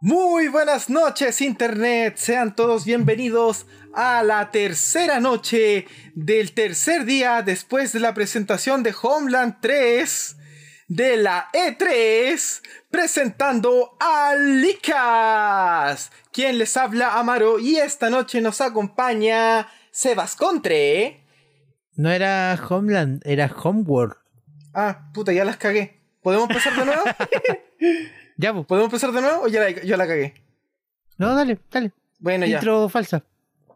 Muy buenas noches Internet, sean todos bienvenidos a la tercera noche del tercer día después de la presentación de Homeland 3 de la E3 presentando a Licas, quien les habla Amaro y esta noche nos acompaña Sebas Contre. No era Homeland, era Homeworld. Ah, puta, ya las cagué. ¿Podemos empezar de nuevo? Ya, pues. po. ¿Podemos empezar de nuevo o ya la, yo la cagué? No, dale, dale. Bueno, ya. Intro falsa.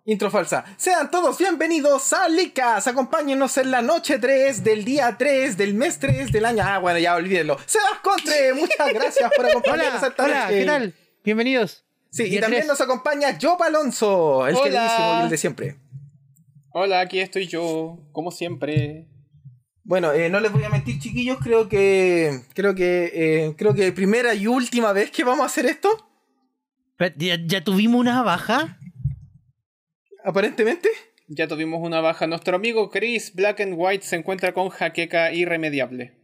Intro falsa. Sean todos bienvenidos a Licas. Acompáñenos en la noche 3 del día 3 del mes 3 del año. Ah, bueno, ya olvídenlo. Sebas Contre, muchas gracias por Hola, acompañarnos esta hola, noche. ¿qué tal? Bienvenidos. Sí, y Día también tres. nos acompaña Job Alonso, el Hola. queridísimo y el de siempre. Hola, aquí estoy yo, como siempre. Bueno, eh, no les voy a mentir, chiquillos, creo que. Creo que. eh, creo que primera y última vez que vamos a hacer esto, Pero, ¿Ya, ya tuvimos una baja? aparentemente. Ya tuvimos una baja. Nuestro amigo Chris Black and White se encuentra con jaqueca irremediable.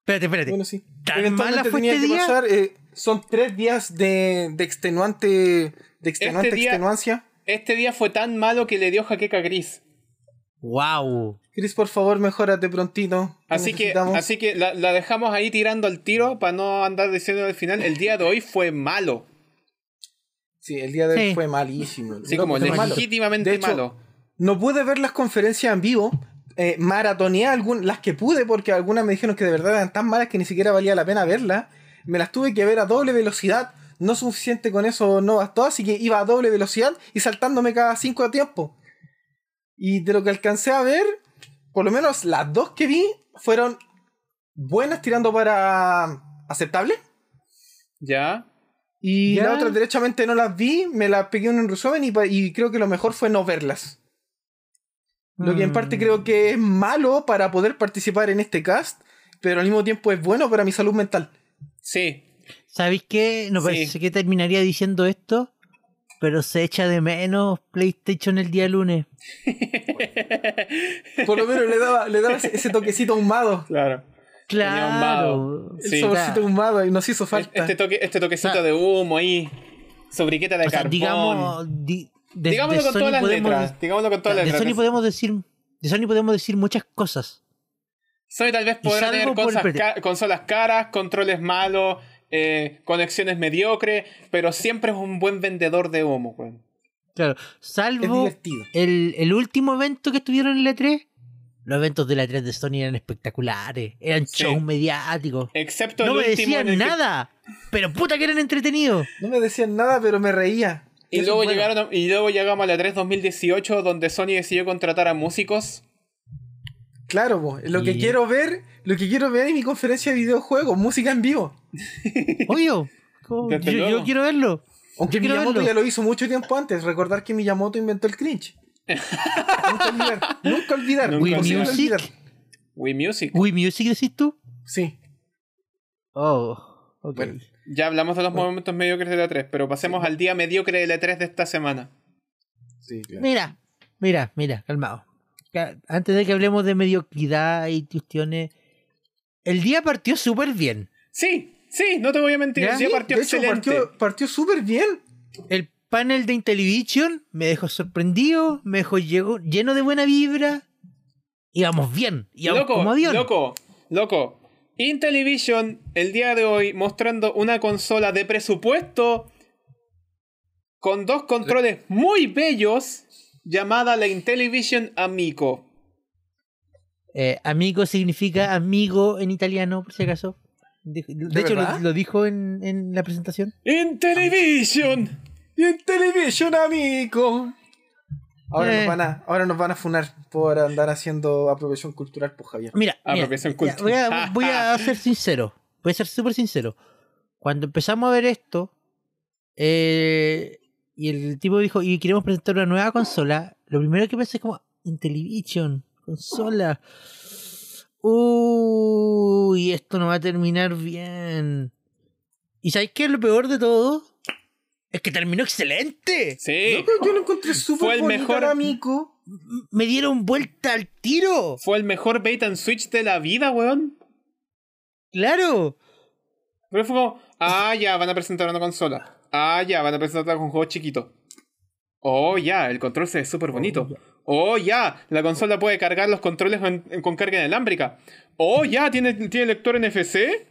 Espérate, espérate. Bueno, sí. ¿Tan Eventualmente mala fue tenía este que día? pasar, eh, son tres días de, de extenuante. De extenuante Este día- extenuancia. Este día fue tan malo que le dio jaqueca a Chris. Wow. Chris, por favor, mejórate prontito. Te Así que, necesitamos. así que la, la dejamos ahí tirando al tiro para no andar diciendo al final. El día de hoy fue malo. Sí, el día de hoy Sí. fue malísimo. Así Loco, como fue malo. legítimamente De hecho, malo. No pude ver las conferencias en vivo. Eh, maratoneé algún- las que pude porque algunas me dijeron que de verdad eran tan malas que ni siquiera valía la pena verlas. Me las tuve que ver a doble velocidad. No suficiente con eso, no bastó. Así que iba a doble velocidad y saltándome cada cinco de tiempo. Y de lo que alcancé a ver, por lo menos las dos que vi fueron buenas tirando para aceptable. ¿Ya? Y Ya. la otra derechamente no las vi, me las pegué en un resumen y, pa- y creo que lo mejor fue no verlas. Lo que en parte Mm. creo que es malo para poder participar en este cast, pero al mismo tiempo es bueno para mi salud mental. Sí. ¿Sabéis qué? No Sí. pensé que terminaría diciendo esto, pero se echa de menos PlayStation el día lunes. Por lo menos le daba, le daba ese ese toquecito ahumado. Claro. Claro. El Sí. saborcito ahumado y nos hizo falta. Este, toque, este toquecito Ah. de humo ahí. Sobriqueta de O sea, carbón. digamos, di- de- Digámoslo de con Sony todas las podemos- letras. Digámoslo con todas las de letras. Sony podemos decir, de Sony podemos decir muchas cosas. Sony tal vez podrá salvo tener por cosas el ca- consolas caras, controles malos, eh, conexiones mediocres, pero siempre es un buen vendedor de humo, weón. Claro, Es salvo divertido. el, el último evento que estuvieron en la E3, los eventos de la E3 de Sony eran espectaculares, eran Sí. shows mediáticos. Excepto No el me último en decían el que- nada, pero puta que eran entretenidos. No me decían nada, pero me reía. y Eso luego es bueno. llegaron a- y luego llegamos a la 3 2018 donde Sony decidió contratar a músicos. Claro, po, lo que Y- quiero ver, lo que quiero ver es mi conferencia de videojuegos, música en vivo. Obvio, como- yo, Desde yo luego. quiero verlo. Aunque Quiero Miyamoto verlo. ya lo hizo mucho tiempo antes. Recordar que Miyamoto inventó el cringe. nunca olvidar. Nunca olvidar. Nunca imposible olvidar. olvidar. Wii Music. Wii Music decís tú? Sí. Oh, ok. Bueno. Ya hablamos de los momentos mediocres de la 3, pero pasemos al día mediocre de la 3 de esta semana. Sí, claro. Mira, mira, mira, calmado. Ca- Antes de que hablemos de mediocridad y cuestiones, el día partió súper bien. Sí, sí, no te voy a mentir, ¿Ya? el día Sí, partió de hecho, excelente. partió, partió súper bien. El panel de Intellivision me dejó sorprendido, me dejó llego- lleno de buena vibra. Íbamos bien, íbamos loco, como avión. loco, loco. Intellivision el día de hoy mostrando una consola de presupuesto con dos controles muy bellos llamada la Intellivision Amico. Eh, amigo significa amigo en italiano, por si acaso. De, de ¿De hecho, lo, verdad? lo dijo en, en la presentación. Intellivision. Y en televisión, amigo. Ahora, Eh. nos van a, ahora nos van a funar por andar haciendo apropiación cultural, por Javier. Mira, Ah, mira, apropiación ya, cultural. voy, a, voy a ser sincero, voy a ser súper sincero. Cuando empezamos a ver esto, eh, y el tipo dijo, y queremos presentar una nueva consola, lo primero que pensé es como, Intellivision, consola. Uy, esto no va a terminar bien. ¿Y sabéis qué es lo peor de todo? Es que terminó excelente. Sí, Loco, yo lo encontré súper el bonito, mejor- amigo. M- Me dieron vuelta al tiro. fue el mejor bait and switch de la vida, weón. Claro. Pero fue como, Ah, ya, van a presentar una consola. Ah, ya, van a presentar un juego chiquito. Oh, ya, el control se ve súper bonito. Oh, ya, la consola puede cargar los controles con, con carga inalámbrica. Oh, ya, tiene, tiene lector NFC.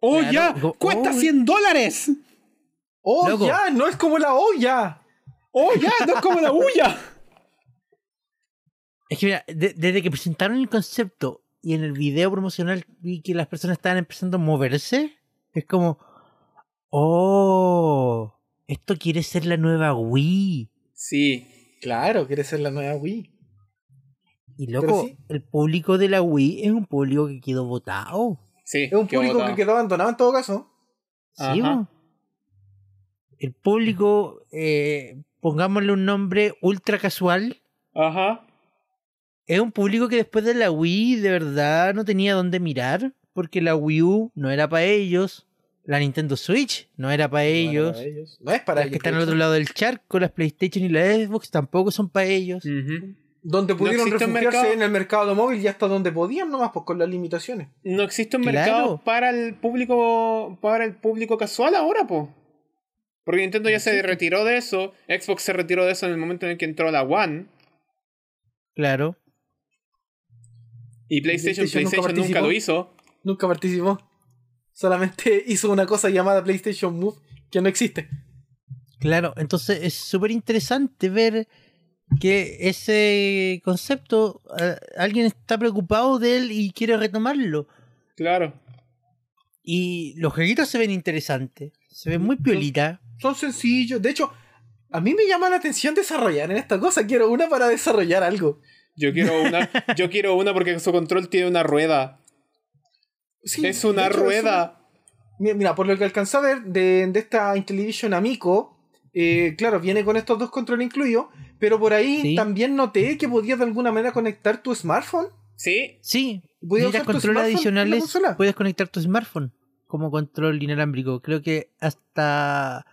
Oh, Claro, ya, go- cuesta oh. 100 dólares. ¡Oh, Loco. ya! ¡No es como la olla! Oh, ya, no es como la huya. Es que mira, de- desde que presentaron el concepto y en el video promocional vi que las personas estaban empezando a moverse, es como, oh, esto quiere ser la nueva Wii. Sí, Claro, quiere ser la nueva Wii. Y loco, sí. el público de la Wii es un público que quedó votado. sí. Es un qué público botado. que quedó abandonado en todo caso. ¿sí, Ajá. bo? El público, eh, pongámosle un nombre ultra casual, Ajá. es un público que después de la Wii de verdad no tenía dónde mirar, porque la Wii U no era para ellos, la Nintendo Switch no era para No, ellos, para ellos. No es para las ellos. que están de al otro hecho. lado del charco, las PlayStation y la Xbox tampoco son para ellos. Ujú. Donde pudieron existe un refugiarse mercado. en el mercado móvil y hasta donde podían nomás, pues con las limitaciones. No existe un Claro. mercado para el público para el público casual ahora, po. Porque Nintendo ya se retiró de eso, Xbox se retiró de eso en el momento en el que entró la One Claro. y PlayStation PlayStation nunca PlayStation nunca participó. lo hizo. Nunca participó. Solamente hizo una cosa llamada PlayStation Move que no existe. Claro, entonces es súper interesante ver que ese concepto eh, alguien está preocupado de él y quiere retomarlo. Claro. Y los jueguitos se ven interesantes, se ven muy piolita. Son sencillos. De hecho, a mí me llama la atención desarrollar en esta cosa. Quiero una para desarrollar algo. Yo quiero una, yo quiero una porque su control tiene una rueda. Sí, Es una de hecho, es rueda. Mi- Mira, por lo que alcanza a ver de, de esta Intellivision Amico, eh, claro, viene con estos dos controles incluidos, pero por ahí Sí. también noté que podías de alguna manera conectar tu smartphone. Sí, Sí, Voy a necesitas usar tu controles smartphone en la adicionales, consola. puedes conectar tu smartphone como control inalámbrico. Creo que hasta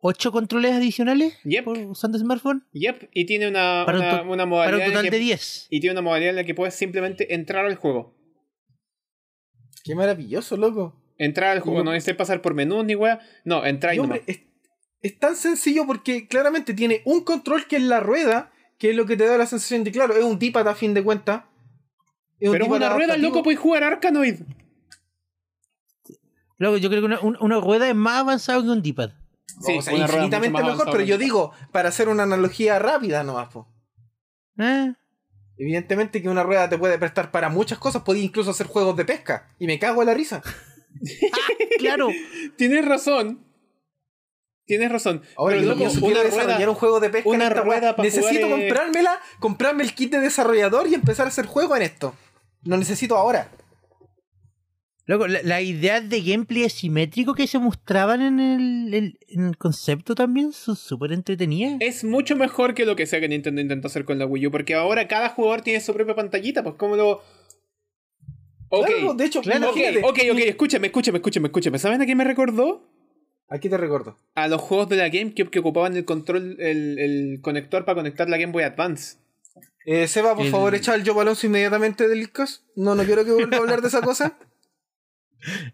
8 controles adicionales Yep. por- usando smartphone yep, y tiene una, Para un una, to- una para modalidad un en total la de que- 10. y tiene una modalidad en la que puedes simplemente entrar al juego. Qué maravilloso, loco. Entrar al juego, Yo- no necesitas pasar por menús ni wea. No, entrar y Y, hombre, nomás. es, es tan sencillo porque claramente tiene un control que es la rueda, que es lo que te da la sensación de, claro, es un D-pad a fin de cuentas. Pero es una rueda, loco, pues. puedes jugar Arkanoid. Luego, yo creo que una, un- una rueda es más avanzada que un D-pad. Sí, o sea, una rueda mucho infinitamente más mejor, avanzada pero yo que- digo, para hacer una analogía rápida nomás, po. Ah, Evidentemente que una rueda te puede prestar para muchas cosas, podía incluso hacer juegos de pesca. Y me cago en la risa. Claro. Tienes razón. Tienes razón. Ahora Pero, yo loco, pienso, una quiero rueda- desarrollar un juego de pesca. en una esta rueda weá. pa' Necesito jugar, eh. comprármela, comprarme el kit de desarrollador y empezar a hacer juego en esto. Lo necesito ahora. Luego, la, la idea de gameplay asimétrico que se mostraban en el, el- en el concepto también son súper entretenidas. Es mucho mejor que lo que sea que Nintendo intentó hacer con la Wii U, porque ahora cada jugador tiene su propia pantallita, pues como lo... Ok, Claro, de hecho, Claro, ok, imagínate. ok, ok, escúchame, escúchame, escúchame, escúchame. ¿Saben a quién me recordó? Aquí te recuerdo. A los juegos de la GameCube que ocupaban el control, el, el conector para conectar la Game Boy Advance. Eh, Seba, por El- favor, echa al Joe Alonso inmediatamente del Icos. No, no quiero que vuelva a hablar de esa cosa.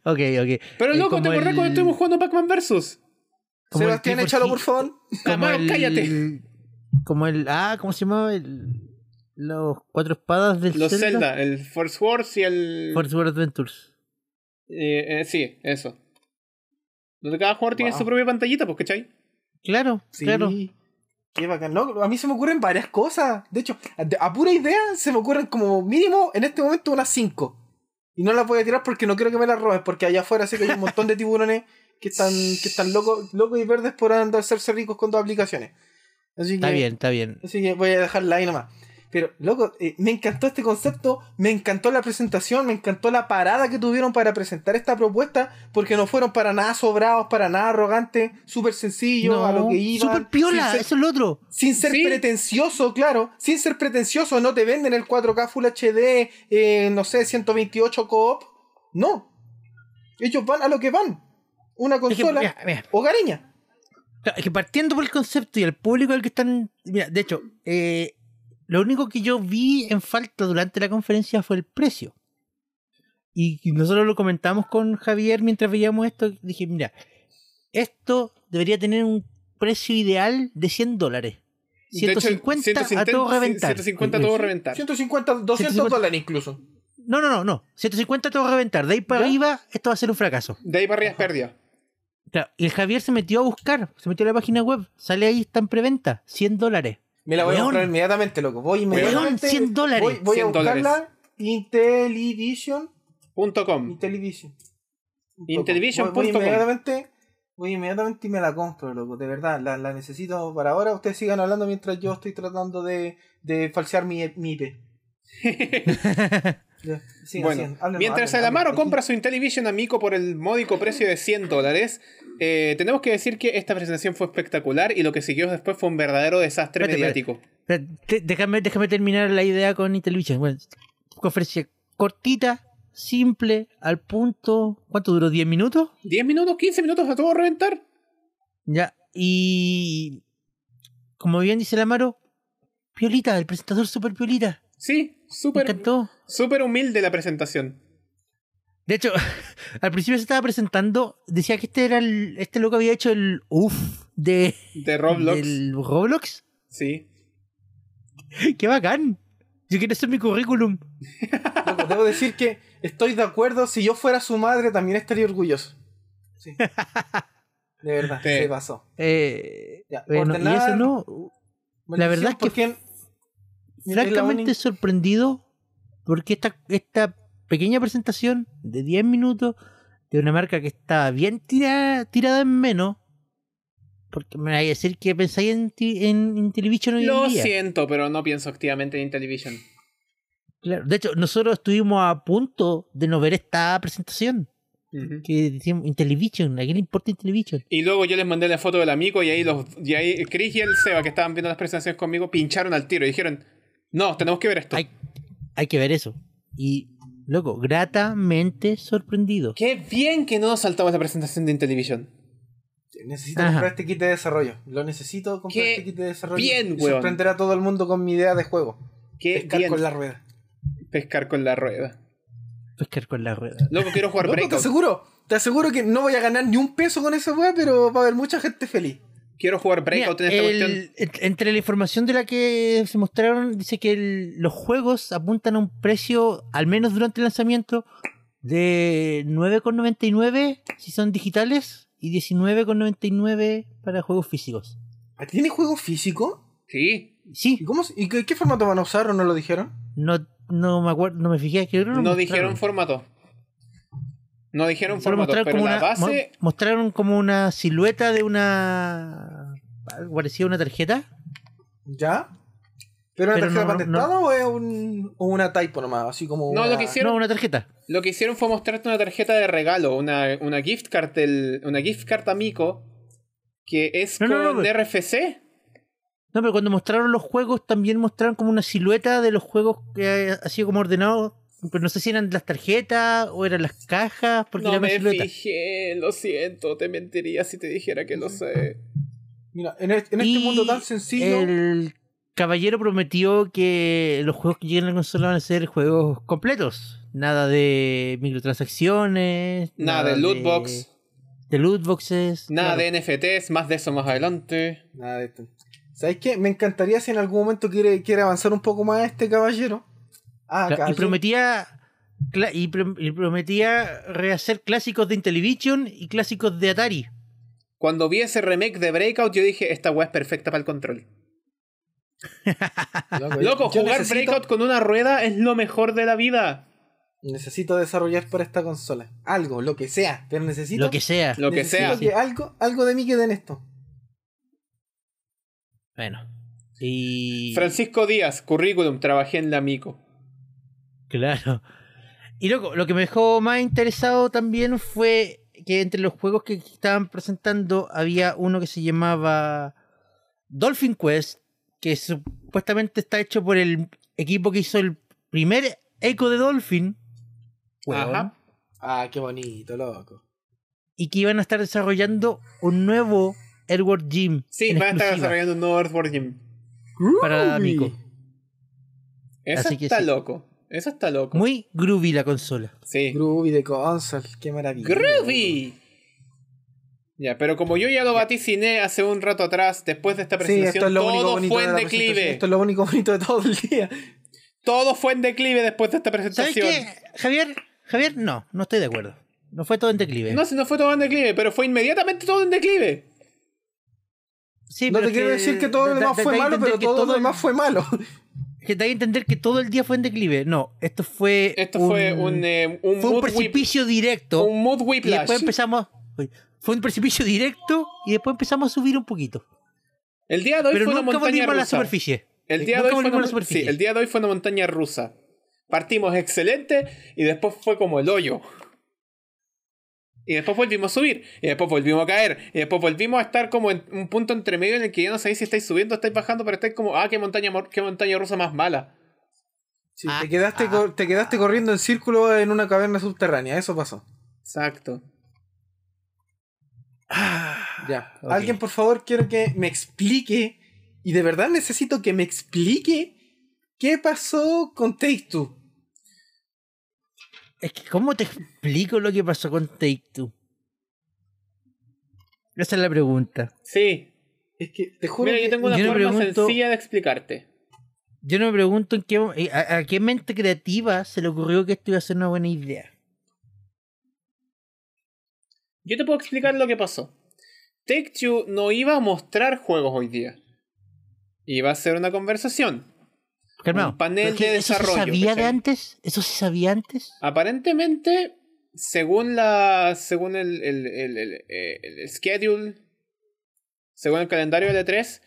Ok, ok. Pero Eh, loco, como ¿te acordás el- cuando estuvimos jugando Pac-Man Versus? Como el Sebastián, Triple échalo, G- por favor. Amaro, cállate. Como el. Ah, ¿cómo se llamaba? El- los cuatro espadas del Los Zelda, el Force Wars y el... Force World Adventures. Eh, eh, sí, eso. Donde cada jugador tiene Wow. su propia pantallita, pues, ¿cachai? Claro, claro. Qué bacán. No, a mí se me ocurren varias cosas. De hecho, a, de- a pura idea se me ocurren como mínimo en este momento unas 5. Y no las voy a tirar porque no quiero que me las robes, porque allá afuera sé que hay un montón de tiburones que están, que están locos, locos y verdes por andar hacerse ricos con dos aplicaciones. Así Está que- bien, está bien. Así que voy a dejarla ahí nomás. Pero, loco, eh, me encantó este concepto, me encantó la presentación, me encantó la parada que tuvieron para presentar esta propuesta, porque no fueron para nada sobrados, para nada arrogantes, súper sencillo a lo que iban. super piola, sin ser, eso es lo otro. sin ser Sí. pretencioso, claro, sin ser pretencioso, no te venden el 4K Full HD, eh, no sé, 128 co-op. No. Ellos van a lo que van. Una Es que, consola mira, mira, hogareña. Claro, es que partiendo por el concepto y el público al que están. Mira, de hecho, eh, lo único que yo vi en falta durante la conferencia fue el precio. Y nosotros lo comentamos con Javier mientras veíamos esto. Dije, mira, esto debería tener un precio ideal de 100 dólares. De hecho, 150 a todo reventar. 150 a todo reventar. 150, 200 150. dólares incluso. No, no, no, no. 150 a todo reventar. De ahí para ¿Ya? arriba, esto va a ser un fracaso. De ahí para arriba es pérdida. Claro, y el Javier se metió a buscar, se metió a la página web, sale ahí, está en preventa, 100 dólares. Me la voy a Weón. comprar inmediatamente, loco. Voy Weón, inmediatamente. 100 dólares. Voy, voy a 100 dólares. buscarla. Intellivision. Punto com. Intellivision. Intellivision Voy, voy punto com. inmediatamente. Voy inmediatamente y me la compro, loco. De verdad, la, la necesito para ahora. Ustedes sigan hablando mientras yo estoy tratando de, de falsear mi, mi IP. Ya, sigan, bueno, sigan. Háblenos, mientras háblenos, Alamaro háblenos. compra su Intellivision Amico por el módico precio de 100 dólares, eh, tenemos que decir que esta presentación fue espectacular y lo que siguió después fue un verdadero desastre Espérate, mediático. Pero te- déjame, déjame terminar la idea con Intellivision. Bueno, conferencia cortita, simple, al punto. ¿Cuánto duró? ¿10 minutos? 10 minutos, 15 minutos a todo reventar. Ya. Y como bien dice Lamaro, Piolita, el presentador super Piolita. Sí, Me súper encantó. súper humilde la presentación. De hecho, al principio se estaba presentando, decía que este era el, este loco había hecho el uff de De Roblox. del Roblox. Sí. ¡Qué bacán! Yo quiero hacer mi currículum. Loco, debo decir que estoy de acuerdo. Si yo fuera su madre, también estaría orgulloso. Sí. De verdad, Sí. se pasó. Eh, Ya, bueno, y ordenar- eso no. La verdad es que- Porque es la Francamente única- sorprendido porque esta, esta pequeña presentación de 10 minutos de una marca que está bien tira- tirada en menos. Porque me vais a decir que pensáis en, ti- en, en Television hoy Lo en día. siento, pero no pienso activamente en Intellivision. Claro, De hecho, nosotros estuvimos a punto de no ver esta presentación. Ujú. Que decíamos, Intellivision, ¿a quién le importa Intellivision? Y luego yo les mandé la foto del amigo y ahí los y ahí Chris y el Seba que estaban viendo las presentaciones conmigo pincharon al tiro y dijeron, "No, tenemos que ver esto." Hay, hay que ver eso. Y, loco, gratamente sorprendido. Qué bien que no nos saltamos la presentación de Intellivision. Necesito Ajá. comprar este kit de desarrollo. Lo necesito comprar Qué este kit de desarrollo. bien, y weón. sorprender a todo el mundo con mi idea de juego. Qué Pescar bien con la rueda. pescar con la rueda. Pescar con la rueda. Loco, quiero jugar Loco, te Breakout. aseguro, te aseguro que no voy a ganar ni un peso con esa weá, pero va a haber mucha gente feliz. Quiero jugar Breakout Mira, en esta el- cuestión. en- entre la información de la que se mostraron, dice que el- los juegos apuntan a un precio, al menos durante el lanzamiento, de 9,99 si son digitales y 19,99 para juegos físicos. ¿Tiene juego físico? Sí. ¿Y, Sí, cómo, se- y qué, qué formato van a usar o no lo dijeron? no, no me acuerdo, no me fijé. creo que lo No mostraron. dijeron formato. No dijeron Solo formato, pero como la una, base mo- mostraron como una silueta de una. algo parecido a una tarjeta. ¿Ya? ¿Pero una Pero tarjeta no, no, patentada o es un, o una typo nomás? Así como No, lo una- que hicieron- No, una tarjeta. Lo que hicieron fue mostrarte una tarjeta de regalo, una, una gift card del- una gift card amico que es No, no, con no, pero- RFC. No, pero cuando mostraron los juegos, también mostraron como una silueta de los juegos que ha sido como ordenado. Pero no sé si eran las tarjetas o eran las cajas, porque no era una me silueta. fijé, lo siento, te mentiría si te dijera que lo sé. Mira, en este, en este Y mundo tan sencillo... El caballero prometió que los juegos que lleguen a la consola van a ser juegos completos. Nada de microtransacciones. Nada, de loot box, De loot boxes. nada claro. de NFTs, más de eso más adelante. Nada de esto. ¿Sabes qué? Me encantaría si en algún momento quiere, quiere avanzar un poco más este caballero. Ah, Claro, y caballero. prometía cla- y, prom- y prometía rehacer clásicos de Intellivision y clásicos de Atari. Cuando vi ese remake de Breakout, yo dije, esta weá es perfecta para el control. Loco, Loco, yo jugar necesito- Breakout con una rueda es lo mejor de la vida. Necesito desarrollar para esta consola. Algo, lo que sea. Pero necesito. Lo que sea. Lo que necesito sea. que algo, algo de mí quede en esto. Bueno. Y. Francisco Díaz, currículum, trabajé en la Mico. Claro. Y loco, lo que me dejó más interesado también fue que entre los juegos que estaban presentando había uno que se llamaba Dolphin Quest, que supuestamente está hecho por el equipo que hizo el primer Echo de Dolphin. Weón. Ajá. Ah, qué bonito, loco. y que iban a estar desarrollando un nuevo Edward Jim. Sí, en van a estar exclusiva. desarrollando un nuevo Earthworm Jim. Para Groovy. Mico. Eso Así que está sí. loco. Eso está loco. Muy groovy la consola. sí. Groovy de console, qué maravilla. Groovy. Ya, pero como yo ya lo vaticiné hace un rato atrás, después de esta Sí, presentación, esto es lo único todo bonito fue de en la presentación, declive. Esto es lo único bonito de todo el día. Todo fue en declive después de esta ¿Sabes presentación. qué? Javier, Javier, no, no estoy de acuerdo. No fue todo en declive. No, si no fue todo en declive, pero fue inmediatamente todo en declive. sí, no pero te quiero que- decir que todo lo da- demás da- fue da a malo, entender pero que todo lo el- demás fue malo. Que da a entender que todo el día fue en declive. No, esto fue. Esto fue un, eh, un fue un mood whip- precipicio directo. un mood y whiplash. después empezamos. Fue un precipicio directo y después empezamos a subir un poquito. El día de hoy Pero fue una nunca montaña volvimos a la rusa. superficie. Eh, El día, de nunca hoy fue volvimos a una, la superficie. sí, el día de hoy fue una montaña rusa. Partimos excelente y después fue como el hoyo. Y después volvimos a subir, y después volvimos a caer, y después volvimos a estar como en un punto entre medio en el que ya no sabéis si estáis subiendo o estáis bajando, pero estáis como, ah, qué montaña, mor- qué montaña rusa más mala. Sí, Ah, te, quedaste ah, cor- te quedaste corriendo en círculo en una caverna subterránea, eso pasó. Exacto. Ya. ok. Alguien, por favor, quiero que me explique, y de verdad necesito que me explique qué pasó con Take Two. Es que, ¿cómo te explico lo que pasó con Take Two? Esa es la pregunta. Sí. Es que te juro Mira, que yo tengo una yo le forma pregunto- sencilla de explicarte. Yo no me pregunto en qué, eh, a, a qué mente creativa se le ocurrió que esto iba a ser una buena idea. Yo te puedo explicar lo que pasó. Take Two no iba a mostrar juegos hoy día. Iba a ser una conversación. Calmado. Un panel pero es que de ¿Eso desarrollo, se sabía de ¿cachai? antes? ¿Eso se sabía antes? Aparentemente, según la. según el, el- el- el- eh, el- el schedule. Según el calendario de 3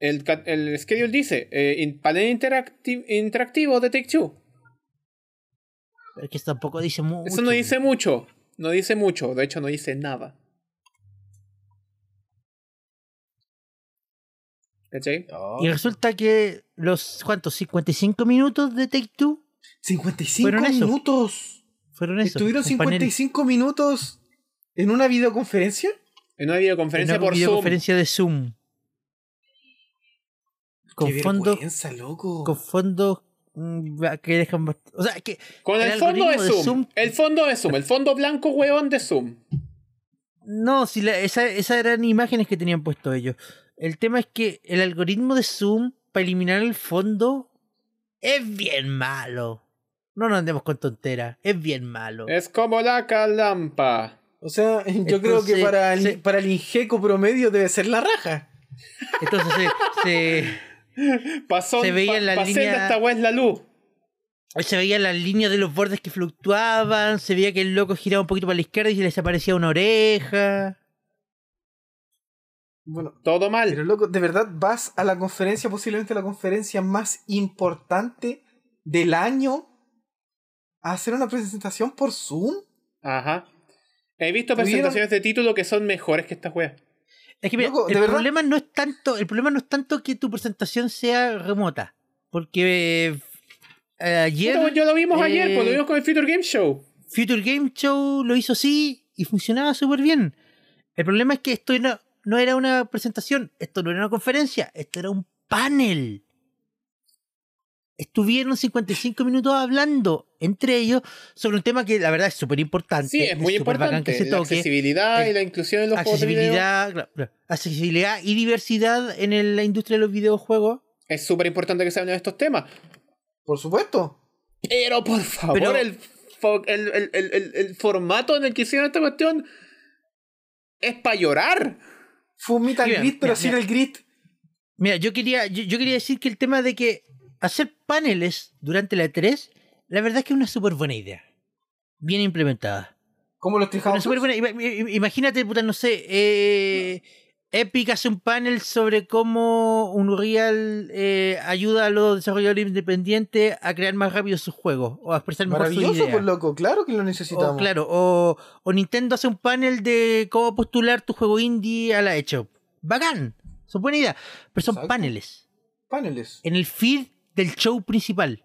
el, ca- el schedule dice eh, in- panel interacti- interactivo de Take Two. Es que tampoco dice mucho. Eso no dice mucho. No dice mucho. De hecho, no dice nada. ¿Cachai? Y resulta que los, ¿cuántos? 55 minutos de Take Two 55 Fueron eso. minutos. fueron eso. ¿Estuvieron un panel. 55 minutos en una videoconferencia? En una videoconferencia Una por Zoom. videoconferencia de Zoom. Con Qué fondos, vergüenza, loco. con fondos mm, que dejan. bast- O sea, que Con el, El fondo algoritmo de de Zoom. Zoom. El fondo de Zoom. El fondo blanco, huevón, de Zoom. No, si la- esa- esas eran imágenes que tenían puesto ellos. El tema es que el algoritmo de Zoom para eliminar el fondo es bien malo. No nos andemos con tonteras, es bien malo. Es como la calampa. O sea, yo creo que Entonces, para el, se- para el injeco promedio debe ser la raja. Entonces se, Pasó, Se veía pa- en la pasé línea- de hasta West la luz. se, se veían las líneas de los bordes que fluctuaban, se veía que el loco giraba un poquito para la izquierda y se les aparecía una oreja. Bueno, Todo pero mal. loco, de verdad vas a la conferencia, posiblemente la conferencia más importante del año, a hacer una presentación por Zoom. Ajá. He visto ¿Tuvieron? presentaciones de título que son mejores que estas weas. Es que mira, Loco, ¿de el verdad? problema no es tanto, el problema no es tanto que tu presentación sea remota, porque eh, ayer Puta, Yo lo vimos ayer, eh, pues lo vimos con el Future Game Show. Future Game Show lo hizo así y funcionaba súper bien. El problema es que esto no, no era una presentación, esto no era una conferencia, esto era un panel. Estuvieron 55 minutos hablando entre ellos sobre un tema que la verdad es súper importante. Sí, es muy súper bacán importante. que se la toque. Eh, accesibilidad y la inclusión en los juegos de video Accesibilidad, claro, claro. accesibilidad y diversidad en el- la industria de los videojuegos. es súper importante que se hablen de estos temas. Por supuesto. Pero por favor, Pero- el, fo- el, el- el- el- el formato en el que hicieron esta cuestión es para llorar. Fue un meet and Mira, greet, pero mira, sin mira. el grit. Mira, yo quería, yo, yo quería decir que el tema de que hacer paneles durante la 3, la verdad es que es una súper buena idea. Bien implementada. Como los Una tejados. súper buena- ima- ima- Imagínate, puta, no sé, eh, Epic hace un panel sobre cómo Unreal eh, ayuda a los desarrolladores independientes a crear más rápido sus juegos o a expresar mejor sus Maravilloso, pues, ideas. por loco. Claro que lo O, necesitamos. Oh, claro, o, o Nintendo hace un panel de cómo postular tu juego indie a la eShop. Bacán, son buena idea, pero son Exacto. paneles Paneles. en el feed del show principal.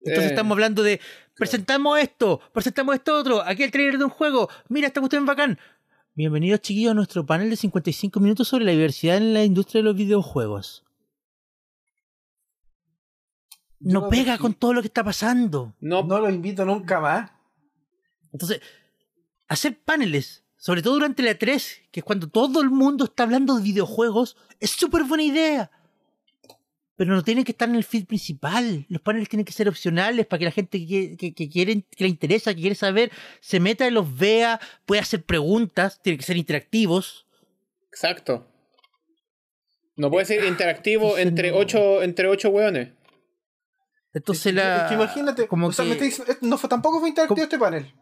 Entonces Eh. estamos hablando de presentamos esto, presentamos esto otro, aquí el trailer de un juego, mira, esta cuestión es bacán. Bienvenidos chiquillos a nuestro panel de 55 minutos sobre la diversidad en la industria de los videojuegos. no Yo pega aquí con todo lo que está pasando. No, No lo invito nunca más. Entonces, hacer paneles, sobre todo durante la 3, que es cuando todo el mundo está hablando de videojuegos, es súper buena idea. Pero no tienen que estar en el feed principal. Los paneles tienen que ser opcionales para que la gente que, que, que quiere, que le interesa, que quiere saber, se meta y los vea, puede hacer preguntas, tienen que ser interactivos. exacto. No puede ser interactivo Eh, ah, Entonces, entre no. ocho, entre ocho hueones. Entonces Es la. que imagínate, como o sea, que- me estáis- esto no fue, tampoco fue interactivo Como- este panel.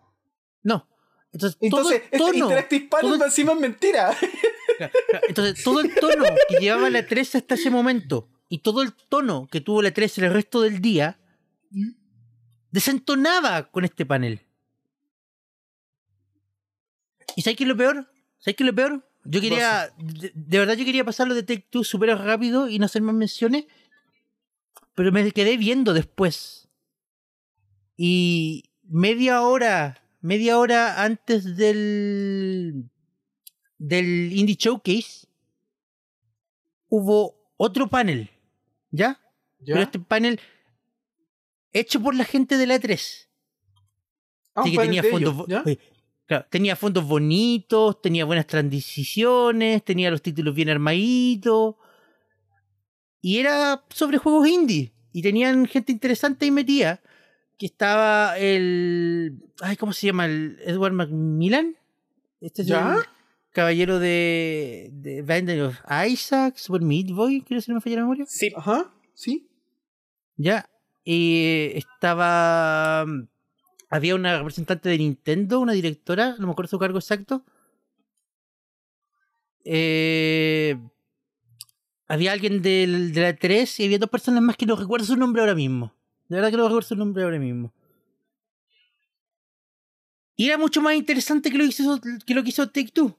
No. Entonces, Entonces, todo este el tono. Interactive Panel todo- más encima es mentira. Entonces, todo el tono que llevaba la 3 hasta ese momento y todo el tono que tuvo la 3 el resto del día desentonaba con este panel. ¿Y sabes qué es lo peor? ¿Sabes qué es lo peor? Yo quería, de, de verdad, yo quería pasarlo de Take Two super rápido y no hacer más menciones, pero me quedé viendo después. Y media hora, media hora antes del del Indie Showcase hubo otro panel, ¿ya? Pero este panel hecho por la gente de la E E3. Ah, un Así que panel tenía eh, de fondos, ellos, bo- ¿ya? oye, claro, tenía fondos bonitos, tenía buenas transiciones, tenía los títulos bien armaditos. Y era sobre juegos indie. Y tenían gente interesante y metía. Que estaba el. Ay, ¿cómo se llama? El Edward Macmillan. Este es ¿Ya? el caballero de. de Binding of Isaac, Super Meat Boy, creo si no me falla la memoria. Sí, Ajá, sí. Ya. Y estaba. mm, Había una representante de Nintendo, una directora, no me acuerdo su cargo exacto. Eh, había alguien del, de la 3 y había dos personas más que no recuerdo su nombre ahora mismo. De verdad que no recuerdo su nombre ahora mismo. Y era mucho más interesante que lo que hizo, que lo que hizo Take Two.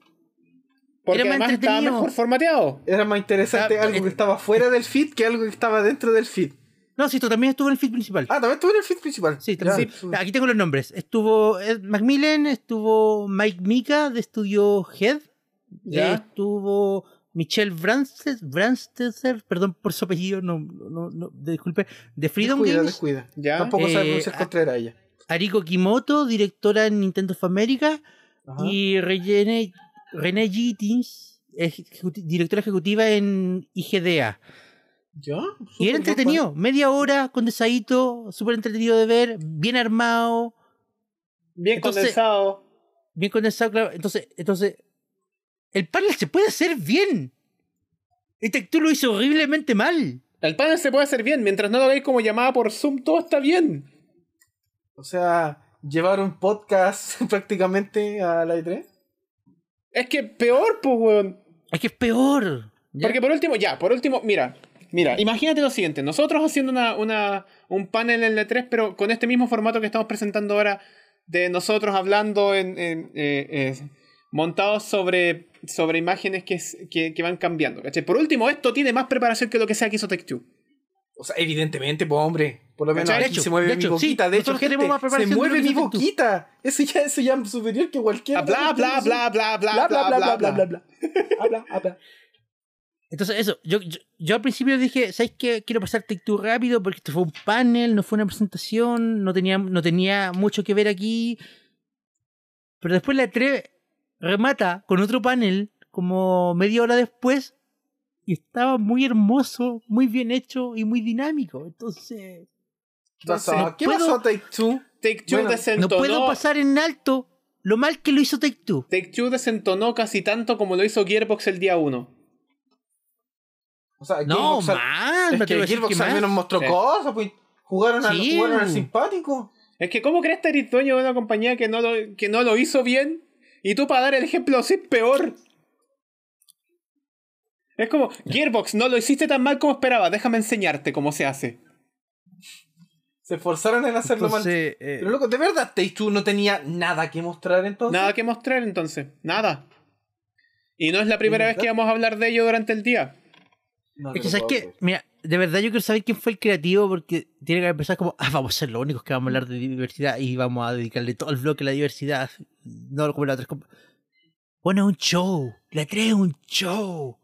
porque Era más además estaba entretenido. mejor formateado. Era más interesante Ah, algo que eh, estaba fuera del feed que algo que estaba dentro del feed. No, sí, esto también estuvo en el feed principal. Ah, también estuvo en el feed principal. Sí, Ya. también. Sí, Aquí tengo los nombres. Estuvo Ed Macmillan, estuvo Mike Mika de estudio Head, Ya. eh, estuvo Michelle Branstetter, perdón por su apellido, no, no, no, disculpe, de Freedom descuida, Games, descuida. Ya. Tampoco Eh, sabe pronunciar ah, Contreras ella. Ariko Kimoto, directora en Nintendo of America, Ajá. y Rene, Rene Gittins, ejecuti- directora ejecutiva en IGDA. Ya. Y súper era buen entretenido, media hora con desadito, súper entretenido de ver, bien armado. Bien Entonces- condensado. bien condensado, claro. Entonces, entonces el panel se puede hacer bien. Y Tech Two lo hizo horriblemente mal. El panel se puede hacer bien. Mientras no lo hagáis como llamada por Zoom, todo está bien. panel. O sea, llevar un podcast prácticamente a la E E3. Es que peor, pues, weón. Es que es peor. ¿ya? Porque por último, ya, por último, mira, mira, imagínate lo siguiente, nosotros haciendo una, una- un panel en la 3, pero con este mismo formato que estamos presentando ahora, de nosotros hablando en, en- eh, eh, montados sobre, sobre imágenes que, es- que, que van cambiando, ¿cachai? Por último, esto tiene más preparación que lo que sea que hizo Take Two. O sea, evidentemente, pues hombre. Por lo menos ¿Cachai? aquí De hecho, se mueve de mi hecho, boquita. sí, de hecho, nosotros queremos gente, más se preparación de mueve lo que mi hiciste tú. Ah, boquita. Eso ya, eso ya es superior que cualquier. Bla, bla, bla, bla, bla, bla, bla, bla, bla. bla. Habla, habla. Entonces, eso, yo, yo, yo al principio dije, ¿sabes qué? Quiero pasar Tech Two rápido porque esto fue un panel, no fue una presentación, no tenía, no tenía mucho que ver aquí. Pero después la 3 remata con otro panel, como media hora después, y estaba muy hermoso, muy bien hecho y muy dinámico. Entonces, ¿Qué pasó? Entonces, ¿Qué puedo- pasó, Take Two? Take Two Bueno, no No desentonó, puedo pasar en alto lo mal que lo hizo Take Two. Take Two desentonó casi tanto como lo hizo Gearbox el día 1. O sea, No, Gearbox al- más. Es me que atrevo a decir Gearbox que al menos más. mostró Sí. cosas, pues. Jugaron al, Sí. jugaron al simpático. Es que ¿cómo crees que eres dueño de una compañía que no lo, que no lo hizo bien? Y tú para dar el ejemplo sí peor. Es como, Gearbox, no lo hiciste tan mal como esperaba, déjame enseñarte cómo se hace. Se esforzaron en hacerlo mal. Entonces, eh, Pero loco, ¿de verdad Take Two no tenía nada que mostrar entonces? Nada que mostrar entonces, nada. Y no es la primera Sí, vez que ¿verdad? vamos a hablar de ello durante el día. No es te que, lo ¿sabes puedo qué? creer. Mira, de verdad yo quiero saber quién fue el creativo porque tiene que empezar como, ah, vamos a ser los únicos que vamos a hablar de diversidad y vamos a dedicarle todo el bloque a la diversidad. No como la otra. comp- Bueno, es un show. La 3 es un show.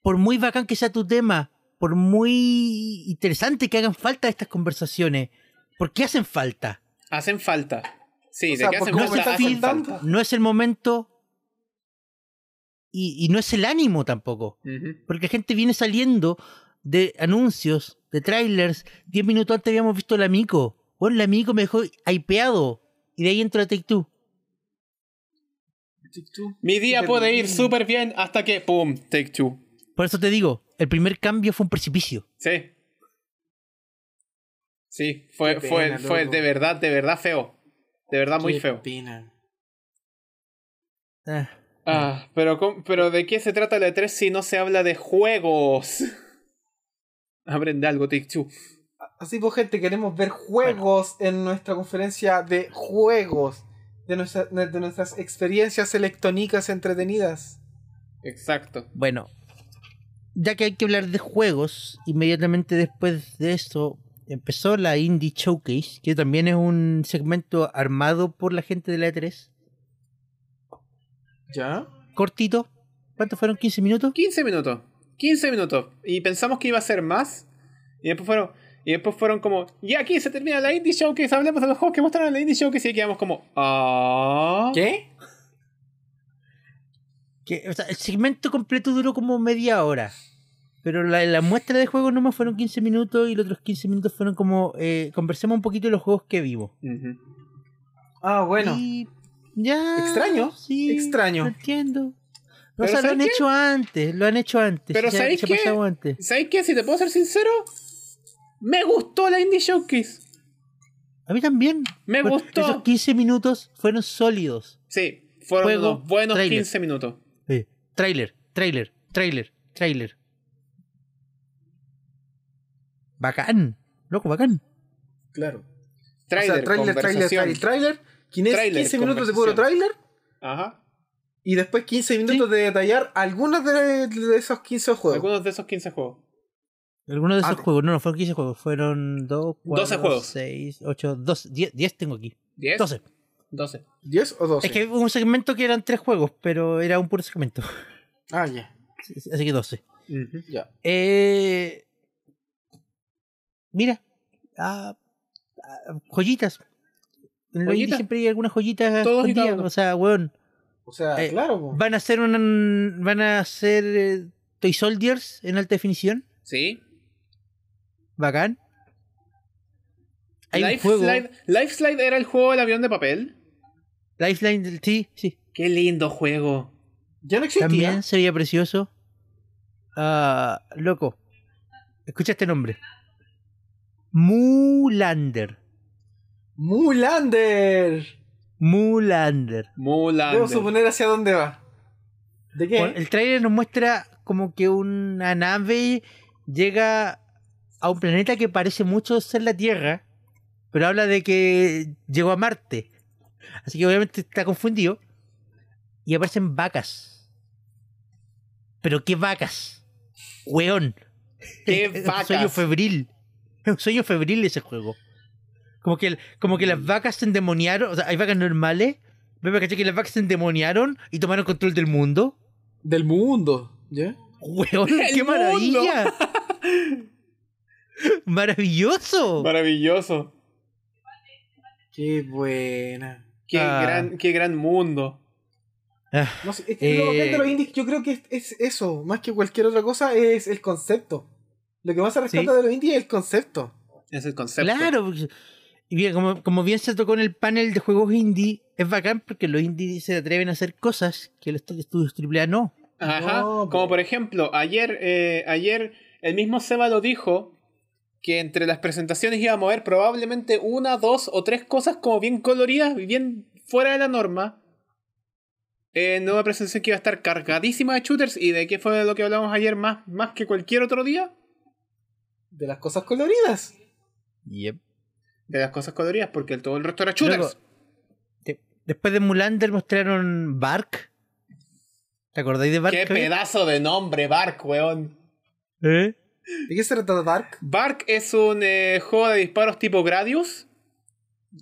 Por muy bacán que sea tu tema, por muy interesante que hagan falta estas conversaciones, ¿por qué hacen falta? Hacen falta. O Sí, de sea, que ¿por hacen cómo falta, está hacen pintando? falta. No es el momento y, y no es el ánimo tampoco. Ujú. Porque la gente viene saliendo de anuncios, de trailers. Diez minutos antes habíamos visto la Mico. Bueno, la Mico me dejó hypeado. Y de ahí entró la Take Two. Mi día Súper puede ir bien. súper bien hasta que, ¡pum! Take two. Por eso te digo, el primer cambio fue un precipicio. Sí. Sí, fue, Qué fue, pena, fue loco. de verdad, de verdad feo. De verdad muy Qué feo. pena. Ah, Ah, pero, com- pero ¿de qué se trata la E3 si no se habla de juegos? Aprende algo, Take Two. Así pues, gente, queremos ver juegos en nuestra conferencia de juegos. De, nuestra- de nuestras experiencias electrónicas entretenidas. Exacto. Bueno, ya que hay que hablar de juegos, inmediatamente después de eso empezó la Indie Showcase, que también es un segmento armado por la gente de la E E3. ¿Ya? Cortito. ¿Cuántos fueron? ¿15 minutos? 15 minutos. 15 minutos. Y pensamos que iba a ser más. Y después fueron. Y después fueron como. Y aquí se termina la Indie Showcase. Hablemos de los juegos que mostraron en la Indie Showcase. Y quedamos como. Ah. ¿Qué? Que, o sea, el segmento completo duró como media hora. Pero la, la muestra de juegos nomás fueron 15 minutos y los otros 15 minutos fueron como eh, conversemos un poquito de los juegos que vimos. Ujú. Ah, bueno. Y ya. Extraño, Sí, extraño. Lo entiendo. No, Pero o sea, lo ¿sabes han qué? hecho antes, lo han hecho antes. Pero se, ¿sabes se ha qué? pasado antes. ¿Sabes qué? Si te puedo ser sincero. Me gustó la Indie Showcase. A mí también. Me Bueno, gustó. Esos 15 minutos fueron sólidos. Sí, fueron Juego, unos buenos trailer. 15 minutos. Eh, trailer, trailer, trailer, trailer. Bacán. Loco, bacán. Claro. Trailer, o sea, trailer, trailer, conversación. trailer, trailer. 15, Tráiler, 15 minutos de puro conversación. trailer. Ajá. Y después 15 minutos de detallar algunos de, de esos 15 juegos. Algunos de esos 15 juegos. Algunos de esos Ah, juegos, no, no fueron 15 juegos, fueron 2, 4, 12 juegos. 6, 8, 12, 10, 10 tengo aquí. 10. 12. 12. 10 o 12. Es que hubo un segmento que eran 3 juegos, pero era un puro segmento. Ah, ya. Así que 12. Ujú. Ya. Eh, mira, ah, ah, joyitas. En lo Joyitas. indie siempre hay algunas joyitas Todos y cada escondidas. uno. O sea, weón, O sea, Eh, claro. po. van a hacer un, van a hacer eh, Toy Soldiers en alta definición. Sí. Bacán. Hay un Life juego. Slide, Life Slide era el juego del avión de papel. Lifeline, del- sí, sí. Qué lindo juego. ya no existía. También sería precioso. Ah, loco. Escucha este nombre. Mulander. Mulander. Mulander. Debo Mulan. suponer hacia dónde va. ¿De qué? Bueno, El trailer nos muestra como que una nave llega a un planeta que parece mucho ser la Tierra, pero habla de que llegó a Marte. Así que obviamente está confundido. Y aparecen vacas. ¿Pero qué vacas? Weón. ¿Qué es un vacas? sueño febril. Es un sueño febril ese juego. Como que, como que las Mm. vacas se endemoniaron. O sea, hay vacas normales. Pero caché que las vacas se endemoniaron y tomaron control del mundo. Del mundo. ¿Ya? Weón, ¡El qué mundo! maravilla. Maravilloso. Maravilloso. Qué buena. Qué, Ah. gran, qué gran mundo. No sé, es que lo Eh. bacán de los indies, yo creo que es, es eso, más que cualquier otra cosa, es el concepto. Lo que más se rescata Sí. de los indies es el concepto. Es el concepto. claro. porque- Y bien, como, como bien se tocó en el panel de juegos indie, es bacán porque los indie se atreven a hacer cosas que los estudios AAA no. Ajá. No, Como po. por ejemplo, ayer, eh, ayer el mismo Seba lo dijo que entre las presentaciones íbamos a ver probablemente una, dos o tres cosas como bien coloridas, y bien fuera de la norma. Eh, nueva presentación que iba a estar cargadísima de shooters y de qué fue de lo que hablamos ayer más, más que cualquier otro día. De las cosas coloridas. De las cosas coloridas, porque el- todo el resto era shooters. Luego, de- después de Mulander mostraron Bark. ¿Te acordáis de Bark? ¡Qué Javier? pedazo de nombre, Bark, weón! ¿Eh? ¿De qué se trata Dark? Bark es un eh, juego de disparos tipo Gradius.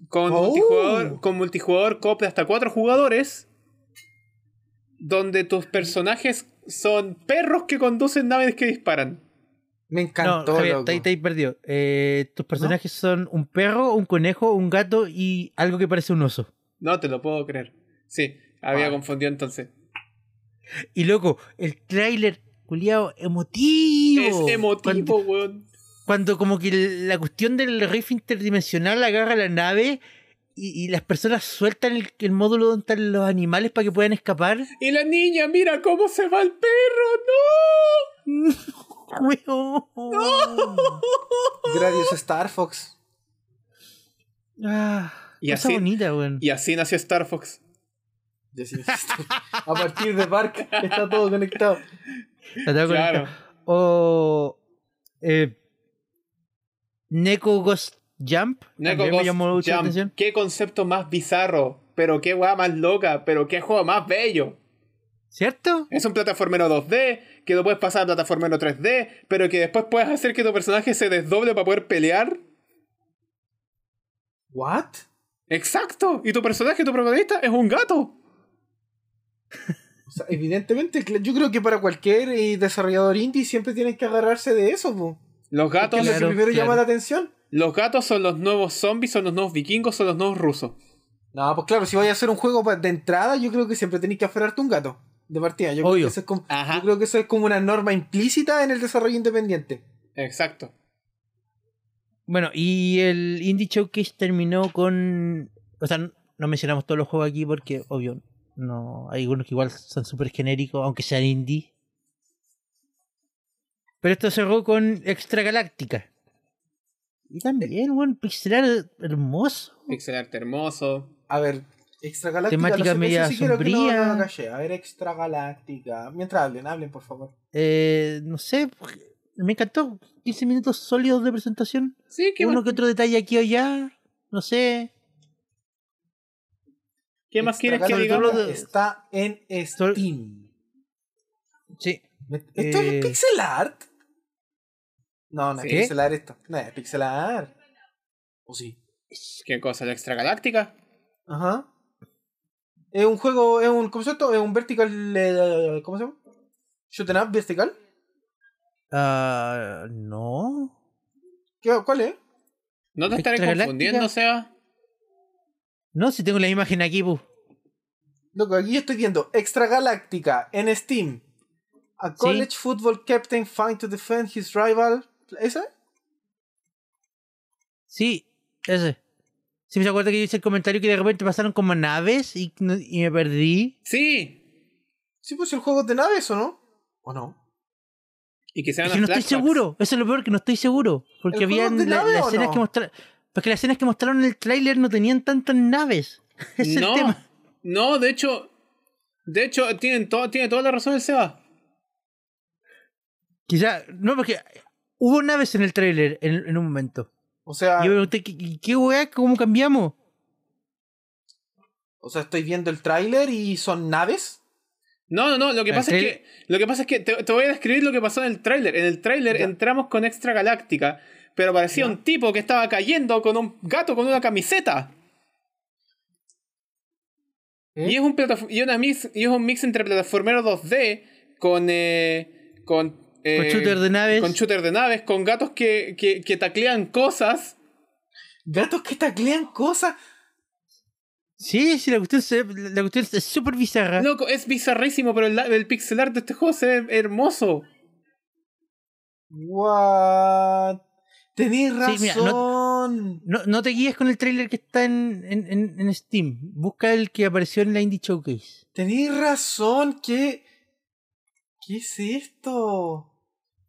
Con, Oh. multijugador, con multijugador coop de hasta cuatro jugadores. Donde tus personajes son perros que conducen naves que disparan. Me encantó. no, Javier, loco. está ahí, está ahí perdido. Eh, tus personajes son un perro, un conejo, un gato y algo que parece un oso. No te lo puedo creer. Sí, había Ah. confundido entonces. Y loco, el tráiler culiao emotivo. Es emotivo, Cuando, weón. cuando como que la cuestión del riff interdimensional agarra la nave y, y las personas sueltan el, el módulo donde están los animales para que puedan escapar. Y la niña, mira cómo se va el perro, Weón. Gradius Star Fox. Ah, Y cosa así- bonita, weón. no. Y así nació Star Fox. Yo sí insisto. A partir de Park está todo conectado. La tengo conectada. Claro. O. Eh, Neko Ghost Jump. Neko también Ghost me llamó mucho la Jump. atención. Qué concepto más bizarro, pero qué weá más loca, pero qué juego más bello. ¿Cierto? Es un plataformero 2D, que lo puedes pasar a plataformero 3D, pero que después puedes hacer que tu personaje se desdoble para poder pelear. ¿What? Exacto. Y tu personaje, tu protagonista, es un gato. O sea, evidentemente, cl- yo creo que para cualquier eh, desarrollador indie siempre tienen que agarrarse de eso, po. Los Que es gatos, lo que Claro, primero llama claro. la atención. los gatos son los nuevos zombies, son los nuevos vikingos, son los nuevos rusos. No, pues claro, si vais a hacer un juego pa- de entrada, yo creo que siempre tenéis que aferrarte a un gato de partida. Yo, creo Obvio. que, eso es como, Ajá. yo creo que eso es como una norma implícita en el desarrollo independiente. Exacto. Bueno, y el Indie Showcase terminó con. O sea, no mencionamos todos los juegos aquí porque, obvio, no hay algunos que igual son súper genéricos, aunque sean indie. Pero esto cerró con Extra Galáctica. Y también, un pixelar hermoso. Pixel art hermoso. A ver, extragaláctica. Temática no sé, media eso sí quiero que no- sombría. no lo calle. A ver, extragaláctica. Mientras hablen, hablen, por favor. Eh, no sé, me encantó. 15 minutos sólidos de presentación. Sí, qué, Uno más, que otro detalle aquí o allá. No sé. ¿qué más quieres que Extragaláctica digamos? digamos? Está en Sol- Steam. Sí. Me- ¿Esto Eh. es pixel art? No, no es ¿Sí? pixel art esto. No es pixel art. ¿O sí? ¿Qué cosa? ¿La extragaláctica? Ajá. Es un juego, es un concepto, es un vertical. eh, ¿Cómo se llama? Shoot 'em up vertical. Ah, no. ¿Qué- ¿Cuál es? ¿No te estaré ¿Extragaláctica? confundiendo, Seba? No, si tengo la imagen aquí, pues. pu. Loco, aquí yo estoy viendo Extragaláctica en Steam. A college football captain find to defend his rival. ¿Esa? Sí, ese. Si me acuerdo que yo hice el comentario que de repente pasaron como naves y, no- y me perdí. Sí. Sí, pues el juego es de naves, ¿o no? ¿O no? Y que sean Es que no estoy seguro. Eso es lo peor, que no estoy seguro. Porque ¿El juego había es de nave o escenas no? que mostraron. Porque las escenas que mostraron en el tráiler no tenían tantas naves. Es no, el tema. no, de hecho, de hecho, tienen todo, tiene toda la razón el Seba. Quizá, no, porque hubo naves en el tráiler en, en un momento. O sea, Y yo me pregunté, ¿qué, qué weá? ¿Cómo cambiamos? o sea, estoy viendo el tráiler y son naves. No, no, no, lo que El pasa es trailer- que, lo que, pasa es que te, te voy a describir lo que pasó en el tráiler. En el tráiler Ya. entramos con extragaláctica, pero parecía Ya. un tipo que estaba cayendo con un gato con una camiseta. ¿Eh? Y es un plataf- y una mix, y es un mix entre plataformero 2D con eh, con, eh, Con shooter de naves. con shooter de naves, con gatos que, que, que taclean cosas. Gatos que taclean cosas. Sí, sí, la cuestión, se- la cuestión es súper bizarra. Loco, es bizarrísimo, pero el, el pixel art de este juego se ve hermoso. What? Tenéis Sí, mira, razón. No, no te guíes con el tráiler que está en, en- en- en Steam. Busca el que apareció en la Indie Showcase. Tenéis razón. ¿Qué? ¿Qué es esto?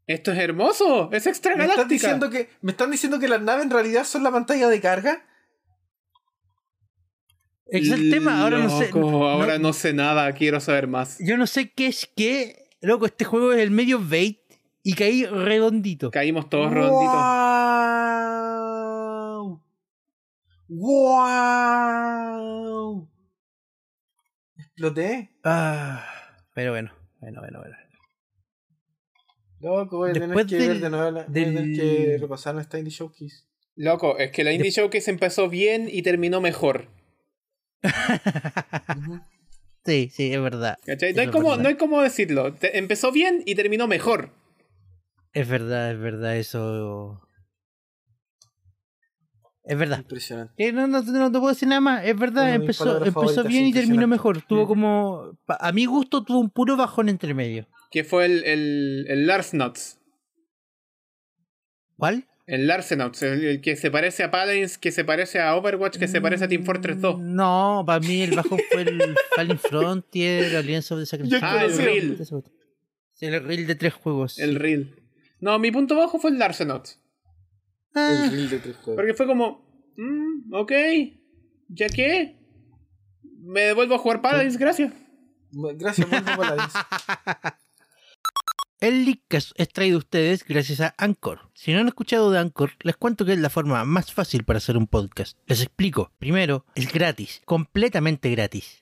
Esto es hermoso, es ¿Me están, extragaláctica. diciendo que, ¿Me están diciendo que las naves en realidad son la pantalla de carga? Es el tema, ahora no sé. Loco, no- ahora no sé nada, quiero saber más. yo no sé qué es qué. Loco, este juego es el medio bait y caí redondito. Caímos todos redonditos. ¡Wow! ¡Wow! Exploté. Ah, pero bueno, bueno, bueno, bueno. Loco, voy a tener Después que del- ver de nuevo. la- voy a tener del- que repasar esta Indie Showcase. Loco, es que la Indie Showcase empezó bien y terminó mejor. sí, sí, es verdad. ¿Cachai? No hay, Eso es como, verdad. no hay cómo decirlo. Te- empezó bien y terminó mejor. Es verdad, es verdad, eso. Es verdad. Impresionante. Eh, no, no, no te puedo decir nada más, es Una verdad, de mis empezó, palabras empezó favoritas, bien y terminó impresionante. mejor. Tuvo Mm. como. pa- A mi gusto, tuvo un puro bajón entre medio. Que fue el, el, el Larsnots. ¿Cuál? El Larsenauts, el, el que se parece a Paladins, que se parece a Overwatch, que se parece a Team Fortress 2. Mm, No, para mí el bajo fue el Fallen Frontier, Alliance of the Sacrifice. Ah, el reel. Sí, el reel de tres juegos. El Real. No, mi punto bajo fue el Larsenauts. El Ah, reel de tres juegos. Porque fue como, mm, ok, ¿ya qué? Me devuelvo a jugar Paladins, gracias. Bueno, Gracias, Mundo Paladins. El Leadcast es traído a ustedes gracias a Anchor. Si no han escuchado de Anchor, les cuento que es la forma más fácil para hacer un podcast. Les explico. Primero, es gratis, completamente gratis.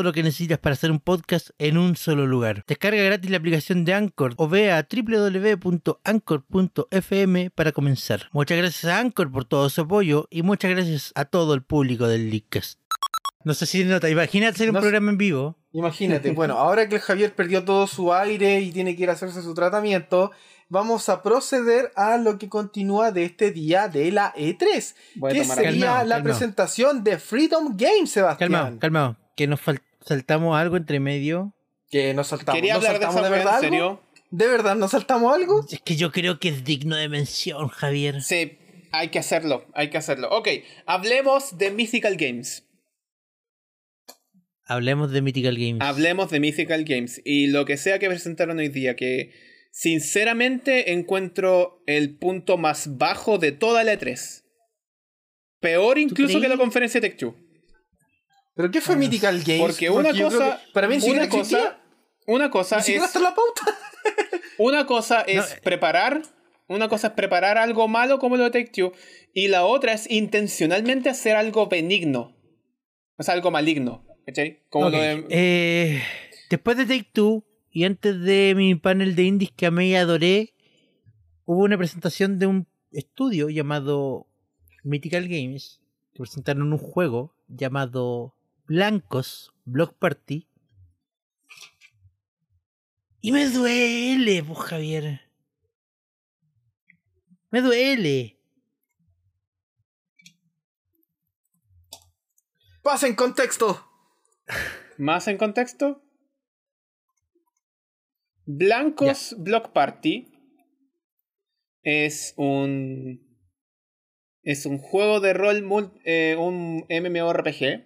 lo que necesitas para hacer un podcast en un solo lugar. Descarga gratis la aplicación de Anchor o ve a www.anchor.fm para comenzar. Muchas gracias a Anchor por todo su apoyo y muchas gracias a todo el público del Leadcast. No sé si nota, imagínate hacer un No sé. programa en vivo. Imagínate, bueno, ahora que el Javier perdió todo su aire y tiene que ir a hacerse su tratamiento, vamos a proceder a lo que continúa de este día de la E3, Voy que sería Calmao, la calmao. presentación de Freedom Game, Sebastián. Calmado, calmado. Que nos fal- saltamos algo entre medio. Que nos saltamos. Quería ¿Nos hablar de saltamos esa wea, en verdad algo? serio. ¿De verdad nos saltamos algo? Es que yo creo que es digno de mención, Javier. Sí, hay que hacerlo, hay que hacerlo. Ok, hablemos de Mythical Games. Hablemos de Mythical Games. Hablemos de Mythical Games y lo que sea que presentaron hoy día, que sinceramente encuentro el punto más bajo de toda la E3. Peor incluso creí? que la conferencia de Tech2. ¿Pero qué Ah, fue Mythical Games? Porque una yo creo cosa. que- para mí, ni siquiera una existía, cosa, una cosa ni siquiera es. está en la pauta. Una cosa es eh. preparar. Una cosa es preparar algo malo como lo de Take-Two, Y la otra es intencionalmente hacer algo benigno. O sea, algo maligno. ¿Cachai? Como Ok, lo de. eh, después de Take Two y antes de mi panel de indies que amé y adoré, hubo una presentación de un estudio llamado Mythical Games que presentaron un juego llamado Blancos Block Party. Y me duele, pues Javier. Me duele. Pasa en contexto. Más en contexto. Blancos Block Party es un. Es un juego de rol, mul- eh, un MMORPG.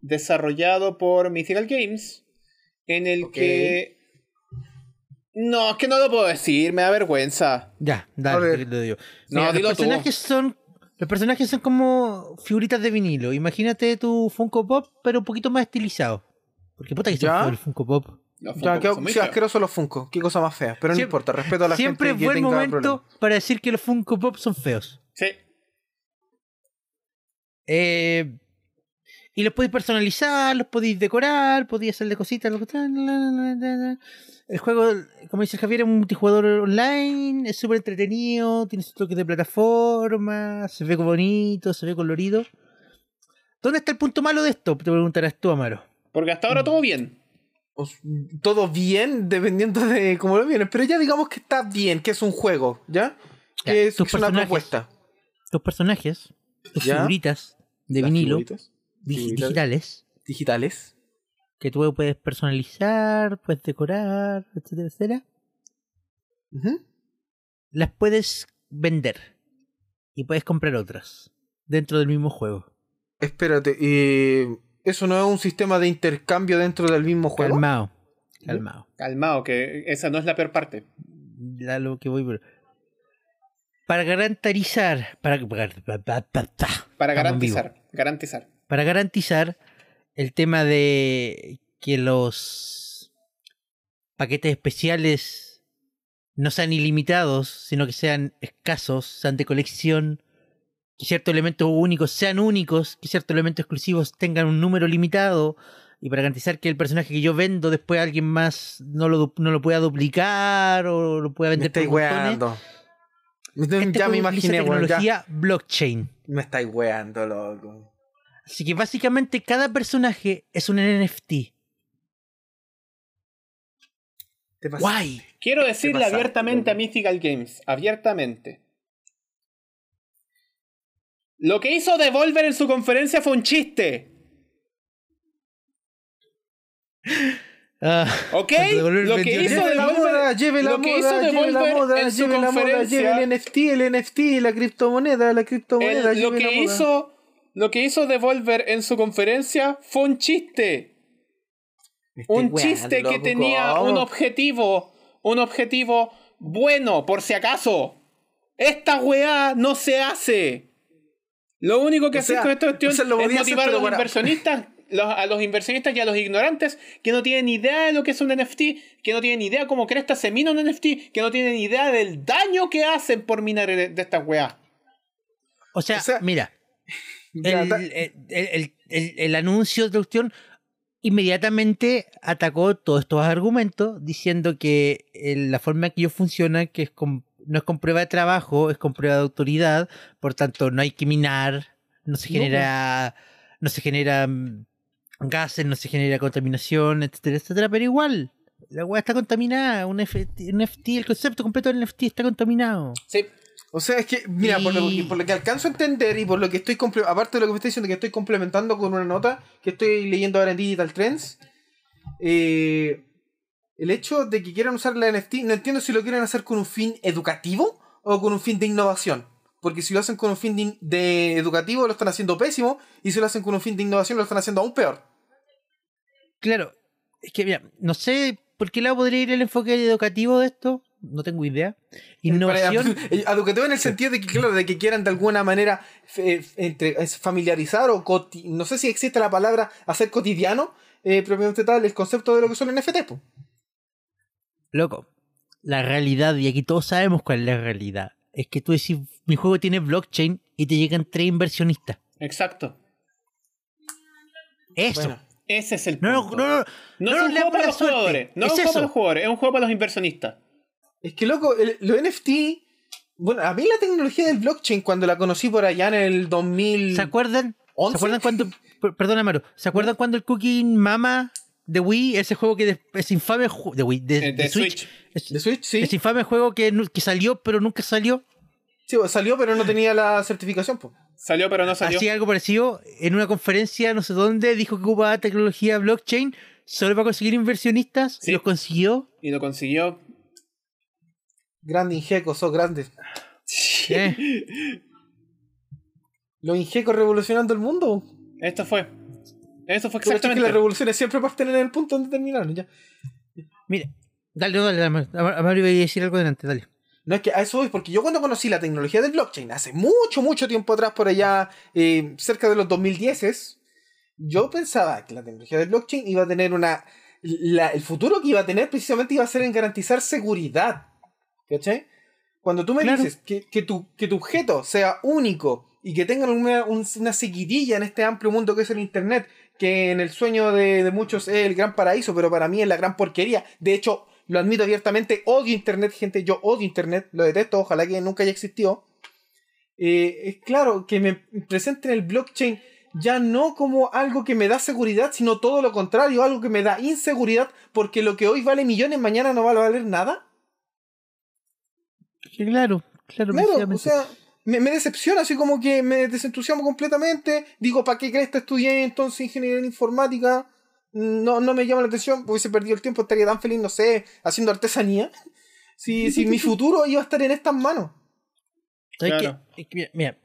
Desarrollado por Mythical Games. En el Ok. que. No, es que no lo puedo decir, me da vergüenza. A Ya, dale, ver. te lo digo. No, Mira, dilo los tú. personajes son. Los personajes son como figuritas de vinilo. Imagínate tu Funko Pop, pero un poquito más estilizado. Porque puta que son ¿Ya? feos los Funko Pop. Los Ya, Funko qué son muy qué feos. asqueroso los Funko. Qué cosa más fea. Pero no Siem- importa, respeto a la Siempre es gente. que buen tenga momento problemas. para decir que los Funko Pop son feos. Sí. Eh, y los podéis personalizar, los podéis decorar, podéis hacerle cositas. lo que tal, la, la, la, la, la. El juego, como dice Javier, es un multijugador online, es súper entretenido, tiene su toque de plataforma, se ve bonito, se ve colorido. ¿Dónde está el punto malo de esto? Te preguntarás tú, Amaro. Porque hasta Mm. ahora todo bien. Os- Todo bien, dependiendo de cómo lo vienes. Pero ya digamos que está bien, que es un juego, ¿ya? Ya, Que es, tus es una personajes, propuesta. Tus personajes, tus ¿Ya? figuritas de Las vinilo figuritas dig- figuritas. digitales Digitales. que tú puedes personalizar, puedes decorar, etcétera, etcétera. Ujú. las puedes vender y puedes comprar otras dentro del mismo juego. Espérate, eh, ¿eso no es un sistema de intercambio dentro del mismo juego? Calmao, calmao. Calmado, que esa no es la peor parte. Ya lo que voy por- Para garantizar, para, para- para- para- para- Para Estamos en vivo. garantizar. Garantizar. para garantizar el tema de que los paquetes especiales no sean ilimitados, sino que sean escasos, sean de colección, que ciertos elementos únicos sean únicos, que ciertos elementos exclusivos tengan un número limitado, y para garantizar que el personaje que yo vendo después alguien más no lo, du- no lo pueda duplicar o lo pueda Me vender estáis por montones. weando. Me- Este ya me juego utiliza imaginé, weón. ya. tecnología blockchain. Me estáis weando, loco. Así que básicamente cada personaje es un NFT. Te pasaste. Guay. Quiero decirle pasaste, abiertamente a loco. Mythical Games, abiertamente. Lo que hizo Devolver en su conferencia fue un chiste. Ah, ¿Ok? Cuando Devolver Lo que vendió hizo Lleve Pues la moda, Devolver. lleve la lo que hizo moda, lleve la Devolver moda, en su lleve la moda, lleve el conferencia- NFT, el NFT, la criptomoneda, la criptomoneda, el- lo lleve la que moda. hizo. Lo que hizo Devolver en su conferencia fue un chiste. Me estáis Un weando, chiste que loco, tenía ¿cómo? un objetivo. Un objetivo bueno, por si acaso. Esta weá no se hace. Lo único que O hace sea, con esta cuestión o sea, lo es podía hacer, motivar a pero los para- inversionistas. los- a los inversionistas y a los ignorantes que no tienen ni idea de lo que es un NFT, que no tienen ni idea cómo cresta se mina un NFT, que no tienen ni idea del daño que hacen por minar de, de estas weas. o, sea, O sea, mira, Oh, Ya, el, ta- el- el- el- el anuncio de traducción inmediatamente atacó todos estos argumentos diciendo que el- la forma en que ellos funcionan, que es con- no es con prueba de trabajo, es con prueba de autoridad, por tanto no hay que minar, no se No, pues. genera, no se genera mm, gases, no se genera contaminación, etcétera, etcétera, pero igual. La weá está contaminada, un FT, un FT, el concepto completo del NFT está contaminado. Sí, O sea, es que, mira, por, lo, Y- por lo que alcanzo a entender y por lo que estoy, comple- aparte de lo que me está diciendo, que estoy complementando con una nota que estoy leyendo ahora en Digital Trends, eh, el hecho de que quieran usar la NFT, no entiendo si lo quieren hacer con un fin educativo o con un fin de innovación. Porque si lo hacen con un fin de, in- de educativo lo están haciendo pésimo y si lo hacen con un fin de innovación lo están haciendo aún peor. Claro, es que mira, no sé por qué lado podría ir el enfoque educativo de esto, no tengo idea. Innovación, Para- eh, educativo en el sentido de que, claro, de que quieran de alguna manera eh, entre, es familiarizar o coti- no sé si existe la palabra hacer cotidiano, eh, propiamente tal, el concepto de lo que son NFT. po. loco, la realidad, y aquí todos sabemos cuál es la realidad, es que tú decís, mi juego tiene blockchain y te llegan tres inversionistas. exacto. Eso. Bueno, Ese es el no, no, punto. no, no, no No, es nos un leamos juego para la los suerte. jugadores. No es, Es eso. un juego para los jugadores, es un juego para los inversionistas. es que loco, el- lo NFT, bueno, a mí la tecnología del blockchain cuando la conocí por allá en el 2000... ¿Se acuerdan? ¿Once? ¿Se acuerdan cuando, per- perdona Maru, ¿se acuerdan cuando el Cooking Mama de Wii, ese juego que des- ese infame ju- de Wii, de, Eh, de de Switch, Switch. es- de Switch, sí, ese infame juego que, nu- que salió pero nunca salió? Sí, pues, salió pero no tenía la certificación. pues. po. Salió, pero no salió. Hacía algo parecido en una conferencia, no sé dónde, dijo que ocupaba tecnología blockchain solo para conseguir inversionistas Sí. y los consiguió. Y lo consiguió. Grande ingecos, sos grandes. Eh, Los ingecos revolucionando el mundo. Esto fue. Eso fue Tú cachas que las exactamente. revoluciones siempre parten en el punto donde terminaron. Ya. Mira, dale, no, dale, dale, a Mario iba a decir algo delante, dale. No es que a eso voy, porque yo cuando conocí la tecnología del blockchain, hace mucho, mucho tiempo atrás, por allá, eh, cerca de los 2010, yo pensaba que la tecnología del blockchain iba a tener una... la- el futuro que iba a tener precisamente iba a ser en garantizar seguridad. ¿Cachai? Cuando tú me Claro. dices que, que tu, que tu objeto sea único y que tengan una, un- una seguidilla en este amplio mundo que es el Internet, que en el sueño de, de muchos es el gran paraíso, pero para mí es la gran porquería. De hecho, lo admito abiertamente, odio Internet, gente, yo odio Internet, lo detesto, ojalá que nunca haya existido. Eh, es claro que me presenten el blockchain ya no como algo que me da seguridad, sino todo lo contrario, algo que me da inseguridad, porque lo que hoy vale millones, mañana no va a valer nada. Que Claro, Claro, claro, o precisamente. sea, me, me decepciona, así como que me desentusiasmo completamente. Digo, ¿para qué crees que estudié entonces ingeniería en informática? Mm, No, no me llama la atención, hubiese perdido el tiempo, estaría tan feliz, no sé, haciendo artesanía. Si, si mi futuro iba a estar en estas manos. ¿Sabes Claro. qué? Es que mira, mira,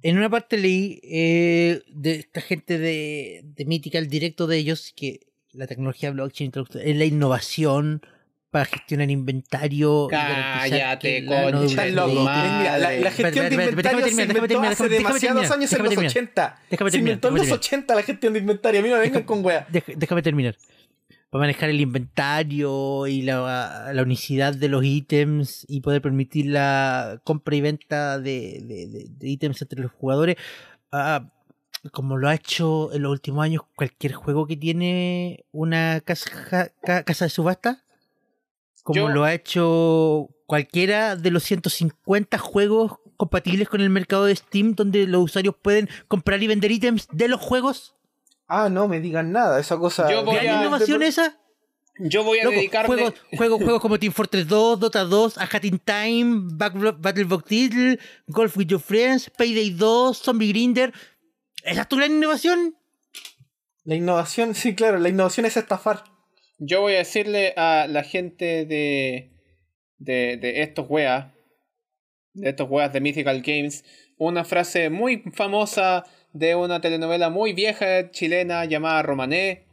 en una parte leí eh, de esta gente de, de Mythical, directo de ellos, que la tecnología blockchain es la innovación para gestionar inventario. y garantizar Cállate, que la coño. Estás Madre. loco. durabilidad- Es, mira, la, la gestión Espérate, espérate, de espérate, inventario déjame se inventó terminar, déjame terminar, hace déjame terminar, demasiados años en déjame los terminar. 80. Déjame Se terminar, inventó en déjame los terminar. 80 la gestión de inventario. A mí no me vengan con wea. Deja- déjame terminar. para manejar el inventario y la, la unicidad de los ítems y poder permitir la compra y venta de, de- de- de ítems entre los jugadores. Ah, como lo ha hecho en los últimos años cualquier juego que tiene una caja- ca- casa de subasta. Como Yo- lo ha hecho cualquiera de los 150 juegos compatibles con el mercado de Steam, donde los usuarios pueden comprar y vender ítems de los juegos. Ah, no me digan nada, esa cosa. Yo voy de- ¿Gran a- innovación esa? Yo voy a Loco, dedicarme. juegos, juegos, juegos como Team Fortress 2, Dota 2, A Hat in Time, Back- Battlebox Title, Golf with Your Friends, Payday 2, Zombie Grinder. ¿Esa es tu gran innovación? La innovación, sí, claro, la innovación es estafar. Yo voy a decirle a la gente de. de, de estos weas. De estos weas de Mythical Games. Una frase muy famosa de una telenovela muy vieja chilena llamada Romané.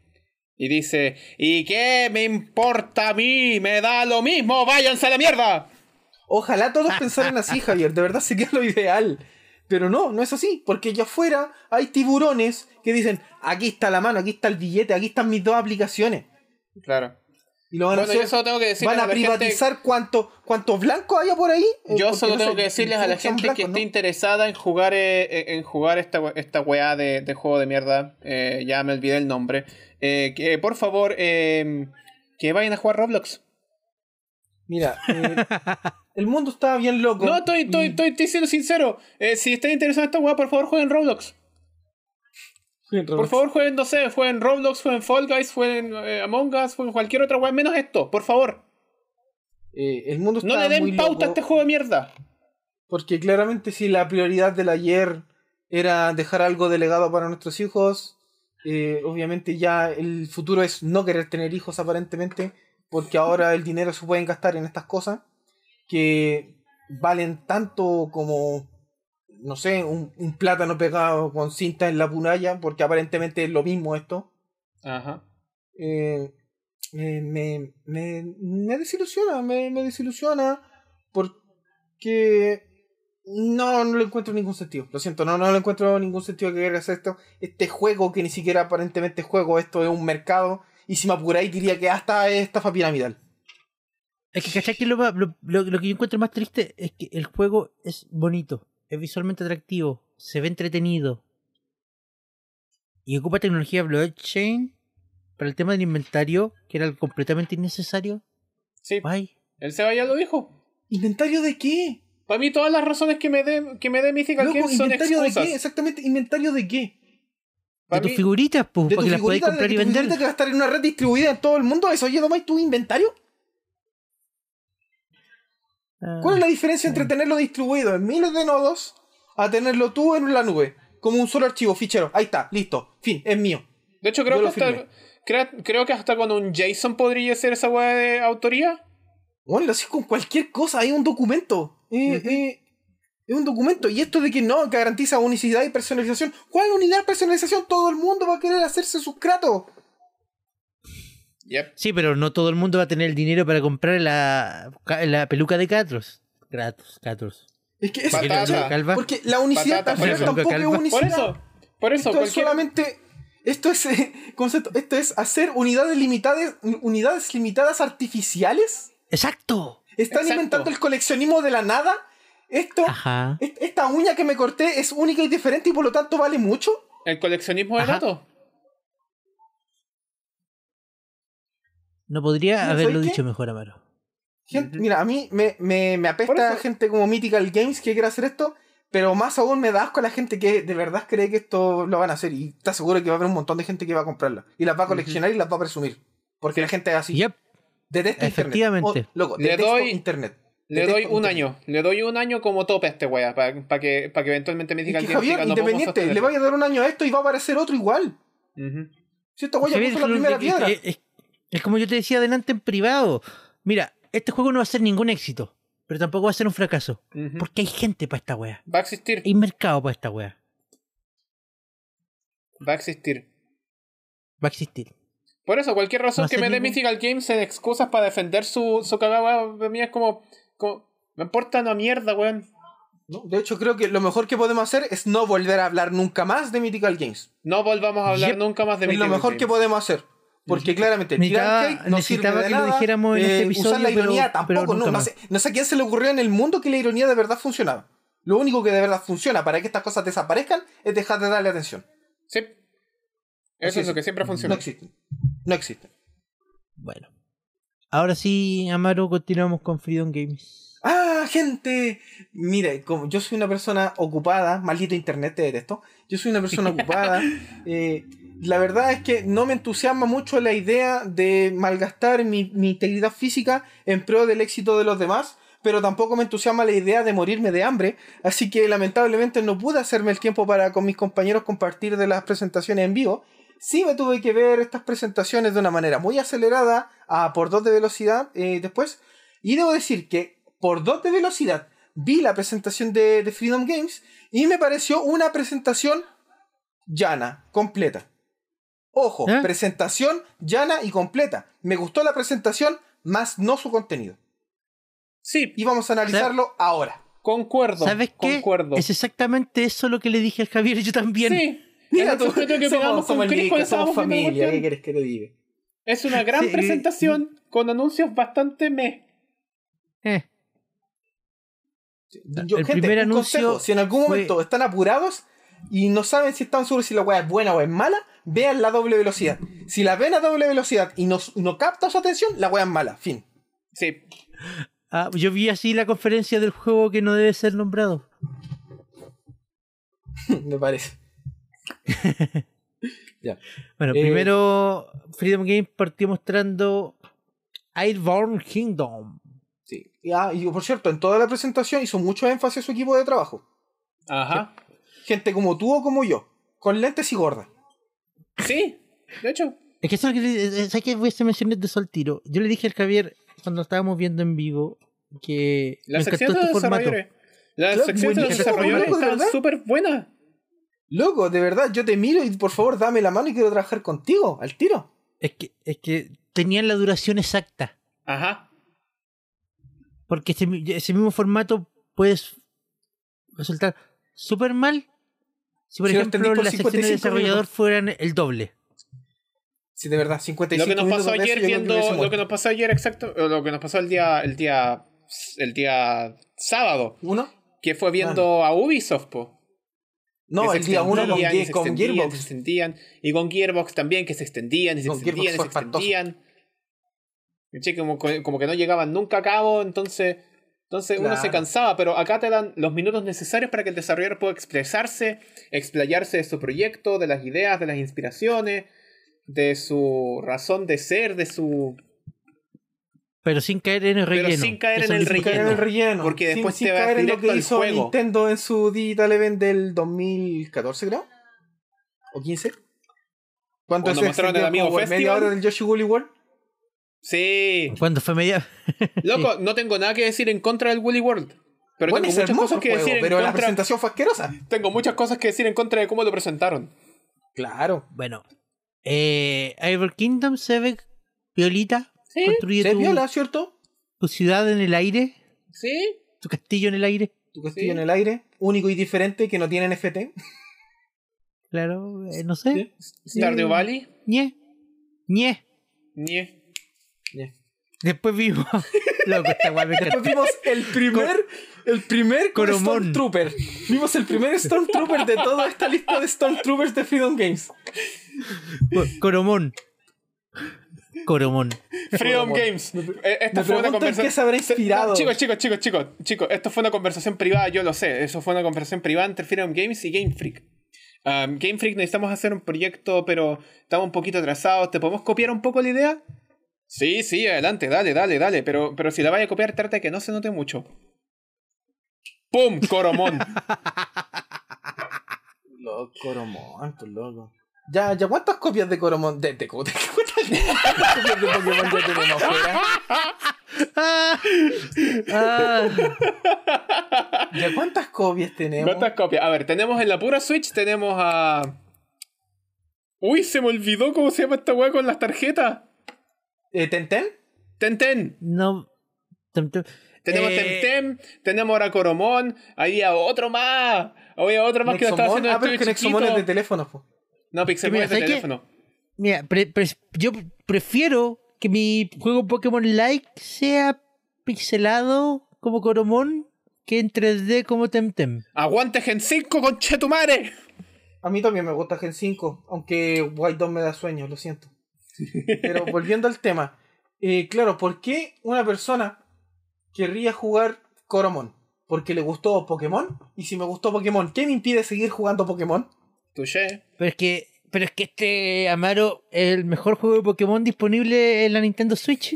Y dice: ¿Y qué me importa a mí? ¡Me da lo mismo! ¡Váyanse a la mierda! Ojalá todos pensaran así, Javier, de verdad sería lo ideal. Pero no, no es así, porque allá afuera hay tiburones que dicen, aquí está la mano, aquí está el billete, aquí están mis dos aplicaciones. Claro. Y lo van Bueno, a hacer. yo solo tengo que decirles van a a la gente. privatizar cuanto, cuanto blanco haya por ahí. eh, Yo porque solo no tengo sé, que decirles a la son gente que blancos, esté ¿no? interesada en jugar eh, en jugar esta, we- esta weá de, de juego de mierda. eh, ya me olvidé el nombre. eh, que por favor, eh, que vayan a jugar Roblox. Mira, eh, el mundo estaba bien loco. No, estoy, estoy, y- estoy, estoy siendo sincero. eh, si están interesados en esta weá, por favor jueguen Roblox. Por favor jueguen, no sé, jueguen Roblox, jueguen Fall Guys, jueguen eh, Among Us, jueguen cualquier otra weá, menos esto, por favor. Eh, el mundo No estaba le muy den pauta a loco, este juego de mierda. Porque claramente si la prioridad del ayer era dejar algo delegado para nuestros hijos, eh, obviamente ya el futuro es no querer tener hijos aparentemente, porque ahora el dinero se pueden gastar en estas cosas que valen tanto como, no sé, un, un plátano pegado con cinta en la punalla, porque aparentemente es lo mismo esto. Ajá. eh, eh, me, me, me desilusiona, me, me desilusiona porque no, no le encuentro ningún sentido. Lo siento, no, no le encuentro ningún sentido que quieras esto. Este juego que ni siquiera aparentemente es juego, esto es un mercado. Y si me apuráis diría que hasta es estafa piramidal. Es que, ¿cachai? Que lo, ma- lo- lo- lo que yo encuentro más triste es que el juego es bonito, es visualmente atractivo, se ve entretenido. Y ocupa tecnología blockchain para el tema del inventario, que era algo completamente innecesario. Sí, Bye. el Seba ya lo dijo. ¿Inventario de qué? Para mí todas las razones que me dé que me dé Mythical Loco, Games son ¿Inventario de excusas. qué? Exactamente, ¿inventario de qué? De Pa' tus mí- figuritas, pues, ¿De para tu que las podáis figurita, comprar de y tu figurita vender. que va a estar en una red distribuida en todo el mundo? ¿Eso oye, Domai, tu inventario? Ah. ¿Cuál es la diferencia entre tenerlo distribuido en miles de nodos a tenerlo tú en la nube? Como un solo archivo, fichero. Ahí está, listo, fin, es mío. De hecho, creo Yo que, lo hasta, firmé. crea- creo que hasta con un JSON podría ser esa weá de autoría. Bueno, lo haces con cualquier cosa, hay un documento. Eh, eh, es un documento. Y esto de que no, que garantiza unicidad y personalización. ¿Cuál unidad de personalización? Todo el mundo va a querer hacerse sus kratos. Yep. Sí, pero no todo el mundo va a tener el dinero para comprar la, la peluca de Kratos. Kratos, Kratos. Es que eso- Porque la Patata. peluca calva- Porque la unicidad Patata, también por eso. tampoco es Calva. unicidad. Por eso, por Esto eso, es cualquier- solamente. Esto es. eh, concepto, esto es hacer unidades limitadas, unidades limitadas artificiales. ¡Exacto! Están Exacto. inventando el coleccionismo de la nada. Esto. Ajá. est- Esta uña que me corté es única y diferente y por lo tanto vale mucho. el coleccionismo de Ajá. datos. No ¿Y podría no haberlo soy qué? dicho mejor, Amaro. Gente- Ujú. Mira, a mí me, me, me Por apesta eso- gente como Mythical Games que quiere hacer esto, pero más aún me da asco a la gente que de verdad cree que esto lo van a hacer y te aseguro que va a haber un montón de gente que va a comprarla y las va a coleccionar y las va a presumir. Porque la gente es así. Yep. Detesto Efectivamente. Internet. O- loco, Le detesto doy- Internet. Le Detesto doy un Internet. año, le doy un año como tope a este weá, para que, pa' que eventualmente Es Mythical que Games Javier, diga, "No podemos independiente, le sostenerlo". vaya a dar un año a esto y va a aparecer otro igual. Ujú. Si esta guaya Javier, eh, puso la es primera lo que- piedra. es- es- es como yo te decía adelante en privado. Mira, este juego no va a ser ningún éxito, pero tampoco va a ser un fracaso. Ujú. Porque hay gente para esta wea. Va a existir, Hay mercado para esta wea. va a existir. Va a existir. Por eso, cualquier razón No que sé me dé ningún- Mythical Games en excusas para defender su, su cagada, weá, mía es como, como, me importa una mierda, weón. No, De hecho, creo que lo mejor que podemos hacer es no volver a hablar nunca más de Mythical Games. No volvamos a hablar Yep. nunca más de es lo Mythical mejor que Games. podemos hacer. Porque claramente Necesitaba- tirar cake no sirve necesitaba de que lo nada, eh, dijéramos en este episodio, usar la pero- ironía pero tampoco. no, nunca no, más. sé, no sé a quién se le ocurrió en el mundo que la ironía de verdad funcionaba. Lo único que de verdad funciona para que estas cosas desaparezcan es dejar de darle atención. Sí. Eso Así es lo es. que siempre No funciona. existen. No existen. Bueno. Ahora sí, Amaro, continuamos con Freedom Games. Ah, gente. Mire, como yo soy una persona ocupada, maldito internet te detesto. Yo soy una persona ocupada. eh, la verdad es que no me entusiasma mucho la idea de malgastar mi, mi integridad física en pro del éxito de los demás, pero tampoco me entusiasma la idea de morirme de hambre. Así que lamentablemente no pude hacerme el tiempo para con mis compañeros compartir de las presentaciones en vivo. Sí me tuve que ver estas presentaciones de una manera muy acelerada, a por dos de velocidad eh, después. Y debo decir que por dos de velocidad vi la presentación de, de Freedom Games y me pareció una presentación llana, completa. Ojo, ¿Eh? presentación llana y completa. Me gustó la presentación, más no su contenido. Sí, Y vamos a analizarlo ahora. concuerdo. ¿Sabes qué? Concuerdo. Es exactamente eso lo que le dije al Javier, yo también. Sí. Mira Era tú, el sujeto que pegamos somos, con somos Chris cuando licas, somos estábamos viendo la familia, ¿qué cuestión. quieres que te diga? Es una gran Sí. presentación con anuncios bastante meh. Eh, Yo, El gente, primer un anuncio consejo, si en algún fue- momento están apurados y no saben si están seguros si la weá es buena o es mala, vean la doble velocidad. Si la ven a doble velocidad y no, no capta su atención, la weá es mala. Fin. Sí. ah, yo vi así la conferencia del juego que no debe ser nombrado. Me parece. ya. Bueno, Eh, primero Freedom Games partió mostrando Airborne Kingdom. Sí. Y, ah, y por cierto, en toda la presentación hizo mucho énfasis su equipo de trabajo. Ajá. Gente como tú o como yo, con lentes y gorda. Sí. De hecho. Es que eso es lo que le- eh, ¿sabes qué? voy a hacer menciones de eso al tiro. Yo le dije al Javier cuando estábamos viendo en vivo que La me sección encantó de este los formato. desarrolladores. La Claro, sección de los buenísimo, desarrolladores loco, de está verdad. súper buena. Loco, de verdad, yo te miro y por favor dame la mano y quiero trabajar contigo, al tiro. Es que, es que tenían la duración exacta. Ajá. Porque ese, mi- ese mismo formato puedes resultar súper mal si, por Si lo ejemplo, extendís por la sección de 55 desarrollador minutos. fueran el doble. Sí, de verdad, 55 Lo que nos pasó minutos de ayer eso, yo creo que me viendo. hubiese Lo que muerto. nos pasó ayer exacto. o Lo que nos pasó el día. El día. El día sábado. ¿Uno? Que fue viendo a Ubisoft, po. No, que el se día uno con, extendían y Ge- se con extendían y Se Gearbox. extendían, y con Gearbox también, que se extendían y se Con Gearbox extendían y se fue espantoso. extendían. Che, como, como que no llegaban nunca a cabo, entonces, entonces uno se Claro. cansaba, pero acá te dan los minutos necesarios para que el desarrollador pueda expresarse, explayarse de su proyecto, de las ideas, de las inspiraciones, de su razón de ser, de su... Pero sin caer en el Pero relleno. sin caer Eso en el es lo Sin caer en importante. el relleno. Porque Sin- después sin te vas caer en lo directo que al hizo juego. Nintendo en su Digital Event del 2014, creo. ¿O 15? ¿Cuánto Cuando mostraron el amigo media Festival. hora del Yoshi Woolly World? Sí. Cuando fue media. Loco, no tengo nada que decir en contra del Willy World. Pero bueno, es tengo muchas hermoso cosas el que juego, decir en pero la contra- presentación fue asquerosa. Tengo muchas cosas que decir en contra de cómo lo presentaron. Claro. Bueno. Eh, Ivor Kingdom se ve violita. Sí, Construye Se tu, viola, ¿cierto? tu ciudad en el aire. Sí. Tu castillo en el aire. Tu castillo Sí. en el aire, único y diferente, que no tiene NFT. Claro, eh, no sé. Stardew Valley. Ñe. Ñe. Ñe. Después vimos. Loco, esta guay me encanta. Después vimos el primer, el primer Coromón. Stormtrooper. Vimos el primer Stormtrooper de toda esta lista de Stormtroopers de Freedom Games. Co- Coromón. Coromón. Freedom Por favor. Games. Eh, Esta Me fue una pregunto en qué se conversación. habrá inspirado. Chicos, chicos, chicos, chicos, chicos, esto fue una conversación privada, yo lo sé. Eso fue una conversación privada entre Freedom Games y Game Freak. Um, Game Freak, necesitamos hacer un proyecto, pero estamos un poquito atrasados. ¿Te podemos copiar un poco la idea? Sí, sí, adelante, dale, dale, dale. Pero, pero si la vaya a copiar, trata de que no se note mucho. ¡Pum! Coromón. Lo- Coromón, pues loco. Ya, ya cuántas copias de Coromón. De, de, de- ¿Cuántas copias de Pokémon ya tenemos fuera? Ah, ah, ¿Ya cuántas copias tenemos? ¿Cuántas copias? A ver, tenemos en la pura Switch, tenemos a. Uy, se me olvidó cómo se llama esta weá con las tarjetas. Eh, ¿Tenten? Tenten. no. Tem- tem- Tenemos Eh. Temtem, tenemos ahora Coromón, había otro más. Había otro más que lo estaba Nexomon. haciendo en Ah, pero es estudio que Nexomon chiquito. es de teléfono, po. No, Pixel Mira, es de ¿sabes qué? teléfono. Mira, pre- pre- yo prefiero que mi juego Pokémon Like sea pixelado como Coromón que en 3D como Temtem. ¡Aguante Gen 5, conchetumare! A mí también me gusta Gen 5, aunque Wild 2 me da sueño, lo siento. Pero volviendo al tema, eh, claro, ¿por qué una persona querría jugar Coromon? ¿Porque le gustó Pokémon? Y si me gustó Pokémon, ¿qué me impide seguir jugando Pokémon? Touché. Pero es que, pero es que este Amaro es el mejor juego de Pokémon disponible en la Nintendo Switch.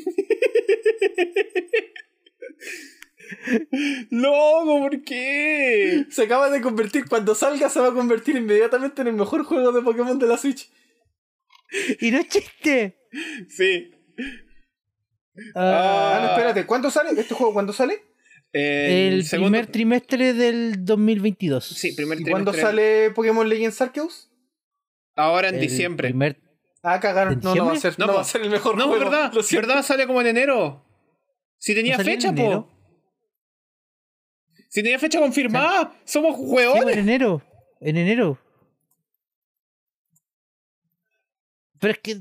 ¡Loco, ¿por qué? Se acaba de convertir, cuando salga se va a convertir inmediatamente en el mejor juego de Pokémon de la Switch. y no es chiste. Sí. Ah, Ah, no, espérate, ¿cuándo sale? ¿Este juego cuándo sale? Ah, El, el segundo- primer trimestre del 2022. Sí, primer ¿Y cuándo trimestre. sale Pokémon Legends Arceus? Ahora en El diciembre. primer- Ah, cagaron. ¿En No, no va a diciembre? ser, no, No, va a ser el mejor No, juego. verdad, Lo siento. verdad sale como en enero. Si tenía ¿No salió en fecha, enero? po. Si tenía fecha confirmada, somos Sí, bueno, hueones. en enero. En enero. Pero es que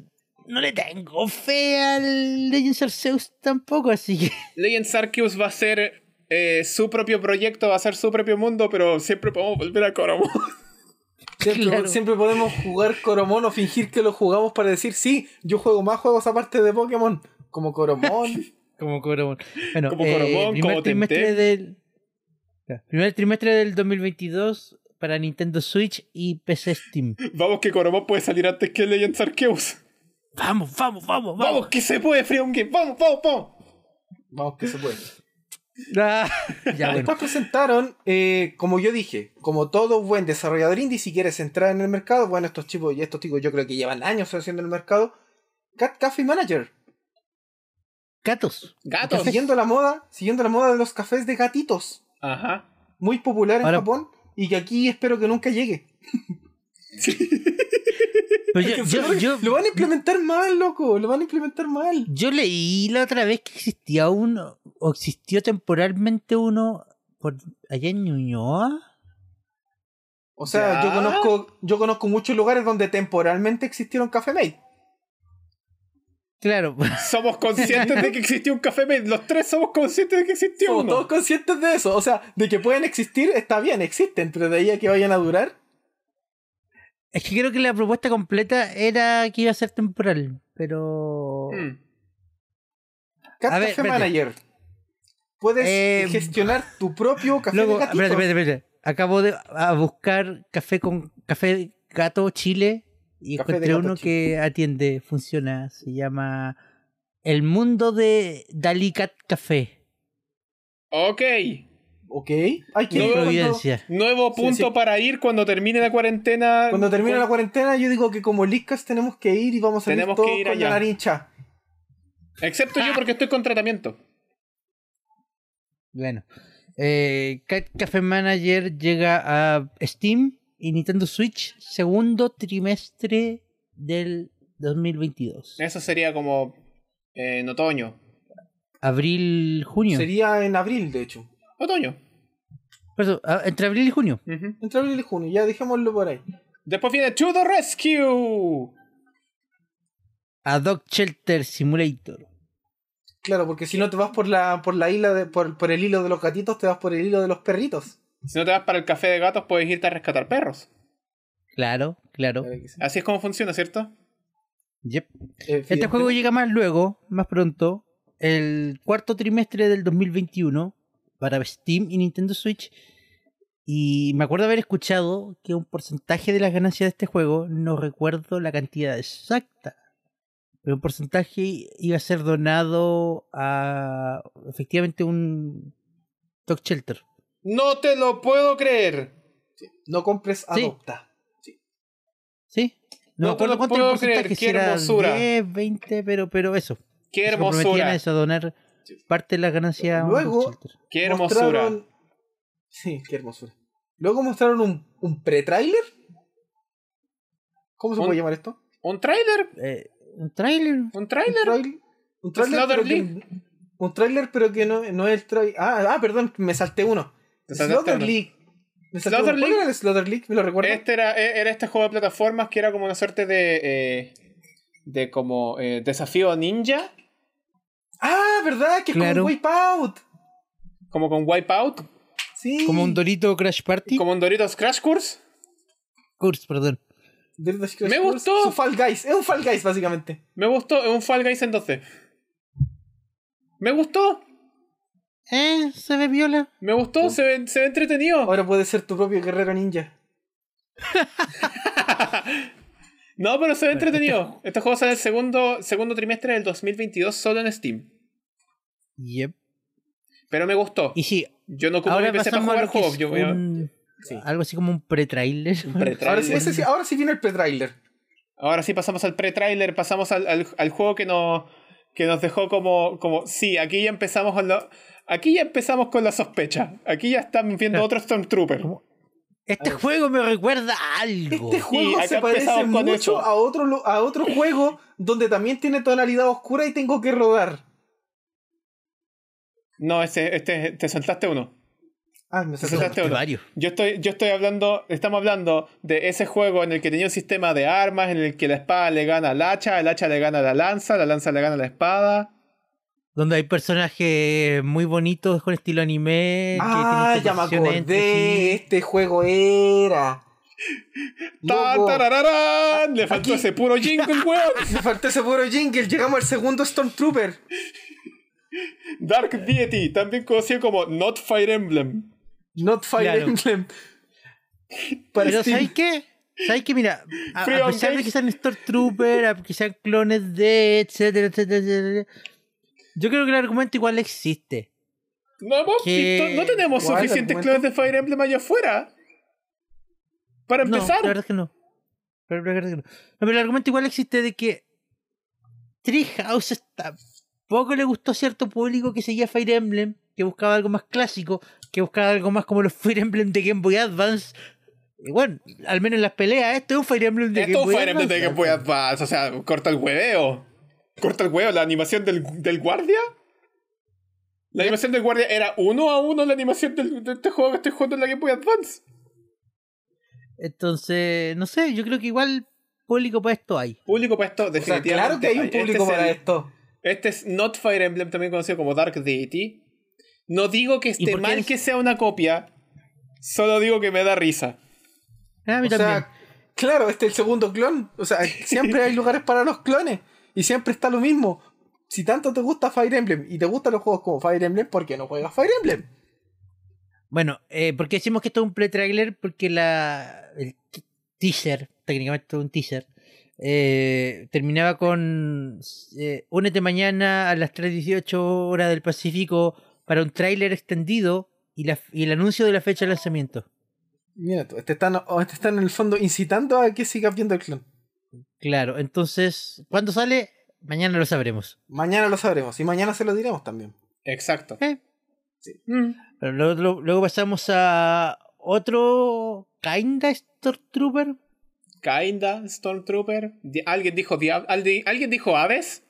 no le tengo fe al Legends Arceus tampoco, así que. Legends Arceus va a ser eh, su propio proyecto, va a ser su propio mundo, pero siempre podemos volver a Coromon. Siempre, Claro. siempre podemos jugar Coromón o fingir que lo jugamos para decir, sí, yo juego más juegos aparte de Pokémon, como Coromón. Como Coromón. Bueno, Como eh, Coromón, primer como trimestre Temtem. del. Ya, Primer trimestre del 2022 para Nintendo Switch y PC Steam. Vamos que Coromon puede salir antes que Legends Arceus. Vamos, vamos, vamos, Vamos, vamos. que se puede, Freon Game. Vamos, vamos, vamos. Vamos, que se puede. Ah, ya bueno. Después presentaron, eh, como yo dije, como todo buen desarrollador indie, si quieres entrar en el mercado, bueno, estos chicos y estos chicos yo creo que llevan años haciendo el mercado, Cat Cafe Manager, Gatos. Gatos. siguiendo la moda, siguiendo la moda de los cafés de gatitos, Ajá. muy popular en Ahora- Japón y que aquí espero que nunca llegue. Pero Es yo, que yo, seguro yo- lo van a implementar mal, loco, lo van a implementar mal. Yo leí la otra vez que existía uno, o existió temporalmente uno por allá en Ñuñoa. O sea, ¿Ya? yo conozco, yo conozco muchos lugares donde temporalmente existieron Café Mate. Claro, Somos conscientes de que existió un café Mate. Los tres somos conscientes de que existió Somos uno. todos conscientes de eso. O sea, de que pueden existir, está bien, existen, pero de ahí a que vayan a durar. es que creo que la propuesta completa era que iba a ser temporal, pero... Hmm. Mm. Cat A ver, Café espérate. Manager. Puedes Eh, gestionar tu propio café Luego, de gatitos. espérate, espérate, espérate. Acabo de a buscar café con café gato Chile y Café de encontré gato uno Chile. que atiende, funciona, se llama El Mundo de Dalicat Café, Ok. Ok. Hay que en ir cuando, Providencia. Nuevo Sí, punto sí. para ir cuando termine la cuarentena. cuando termine Cu- la cuarentena, yo digo que como Lickas tenemos que ir y vamos a salir Tenemos todos que ir con la allá. nariz hinchada. Excepto Ah. yo porque estoy con tratamiento. Bueno, eh, Cat Cafe Manager llega a Steam y Nintendo Switch segundo trimestre del 2022. Eso sería como eh, en otoño. Abril, junio. Sería en abril, de hecho. Otoño. Perdón, a- entre abril y junio. Ujú. Entre abril y junio, ya dejémoslo por ahí. Después viene To the Rescue. A Dog Shelter Simulator. Claro, porque si no te vas por la, por la isla de, por, por el hilo de los gatitos, te vas por el hilo de los perritos. Si no te vas para el café de gatos, puedes irte a rescatar perros. Claro, claro. Eh, Así es como funciona, ¿cierto? Yep. Este Evidente. juego llega más luego, más pronto, el cuarto trimestre del 2021 para Steam y Nintendo Switch. Y me acuerdo haber escuchado que un porcentaje de las ganancias de este juego, no recuerdo la cantidad exacta, pero un porcentaje iba a ser donado a efectivamente un Dog Shelter. No te lo puedo creer. No compres, adopta. ¿Sí? No, No me te acuerdo lo cuánto puedo era el porcentaje, creer, si qué era hermosura. 10, 20, pero, pero eso. Qué Se comprometían a hermosura. eso, a donar parte de las ganancias a un Luego- Dog Shelter. Qué hermosura. Mostraron- Sí, qué hermosura. Luego mostraron un, un pre-trailer. ¿Cómo se Un- puede llamar esto? ¿Un tráiler? Eh, un tráiler. ¿Un Un tráiler? trail- un tráiler, pero Slaughterly. que- un tráiler, pero que no, no es el trailer. Ah, ah, perdón, me salté uno. Te saltaste Slaughter uno. League. Me salté Slaughter uno. ¿Cuál League? era el Slaughter League? ¿Me lo recuerdo? Este era, e- era este juego de plataformas que era como una suerte de. eh, de como eh, desafío ninja, Ah, ¿verdad? Que Claro. es como un Wipeout. como con Wipeout, Sí. Como un Dorito Crash Party. como un Doritos Crash Course. Curse, perdón. Del- del- Me del- gustó. su Fall Guys. Es un Fall Guys, básicamente. Me gustó, es un Fall Guys entonces. Me gustó, Eh, se ve viola. me gustó, se ve, se ve entretenido. Ahora puedes ser tu propio guerrero ninja. No, pero se ve entretenido. Este juego sale el segundo, segundo trimestre del 2022 solo en Steam. Yep. Pero me gustó. Y sí, Yo no ocupo ahora mi PC para pasamos a jugar lo que juegos. es Yo voy a- un- Sí. algo así como un pre-trailer. pre-trailer. Ahora sí, ese sí- ahora sí viene el pre-trailer. Ahora sí pasamos al pre-trailer, pasamos al, al- al juego que nos, que nos dejó como, como. Sí, aquí ya empezamos con la. Aquí ya empezamos con la sospecha. Aquí ya están viendo Claro. otro Stormtrooper. ¿Cómo? este juego me recuerda a algo. Este juego acá se parece empezamos con mucho eso. a otro, lu- a otro juego donde también tiene tonalidad oscura y tengo que rodar. No, este, este, te saltaste uno. Ah, me Te saltó. saltaste uno. Este varios. Yo estoy, yo estoy hablando, estamos hablando de ese juego en el que tenía un sistema de armas, en el que la espada le gana al hacha, el hacha le gana a la lanza, la lanza le gana a la espada. Donde hay personajes muy bonitos con estilo anime. que Ah, tienen ya me conexiones entre acordé. sí. Este juego era. ¡Tan, Loco, tarararán! Le faltó Aquí- ese puro jingle, weón. Me faltó ese puro jingle. Llegamos al segundo Stormtrooper. Dark Deity, también conocido como Not Fire Emblem. Not Fire Claro. Emblem. Para Pero Steam. ¿sabes qué? ¿Sabes qué? Mira, a, a Free on pesar de cake. que sean Stormtrooper, a que sean clones de, etcétera, etcétera, etcétera, yo creo que el argumento igual existe. No hemos ¿Qué? visto- no tenemos ¿Cuál suficientes argumento? clones de Fire Emblem allá afuera. Para No, empezar, la verdad es que no. Pero, la verdad es que no. No, pero el argumento igual existe de que Treehouse tampoco le gustó a cierto público que seguía Fire Emblem, que buscaba algo más clásico, que buscaba algo más como los Fire Emblem de Game Boy Advance. Y bueno, al menos en las peleas, esto es un Fire Emblem de esto es Game un Boy Fire Emblem Advance. de Game Boy Advance, o sea, corta el hueveo. Corta el hueveo, la animación del, del guardia. La animación del guardia era uno a uno la animación del- de este juego que estoy jugando en la Game Boy Advance. Entonces, no sé, yo creo que igual público para esto hay. Público para esto, O sea, definitivamente. claro que hay un Este público es el- para esto. Este es Not Fire Emblem, también conocido como Dark Deity. No digo que esté por qué mal es- que sea una copia, solo digo que me da risa. Ah, a mí O también. sea, claro, este es el segundo clon. O sea, siempre hay lugares para los clones. Y siempre está lo mismo. Si tanto te gusta Fire Emblem y te gustan los juegos como Fire Emblem, ¿por qué no juegas Fire Emblem? Bueno, eh, ¿por qué decimos que esto es un pre-trailer? Porque la, el t- teaser, técnicamente esto es un teaser, eh, terminaba con eh, Únete mañana a las 3.18 horas del Pacífico para un tráiler extendido y, la, y el anuncio de la fecha de lanzamiento. Mira tú, este te están, o te están en el fondo incitando a que sigas viendo el clon. Claro, entonces, ¿cuándo sale? Mañana lo sabremos. Mañana lo sabremos y mañana se lo diremos también. Exacto. Eh, Mm. pero luego, luego- luego pasamos a otro kinda Stormtrooper. Kinda, Stormtrooper. Di- ¿Alguien dijo, diab- aldi- ¿Alguien dijo aves?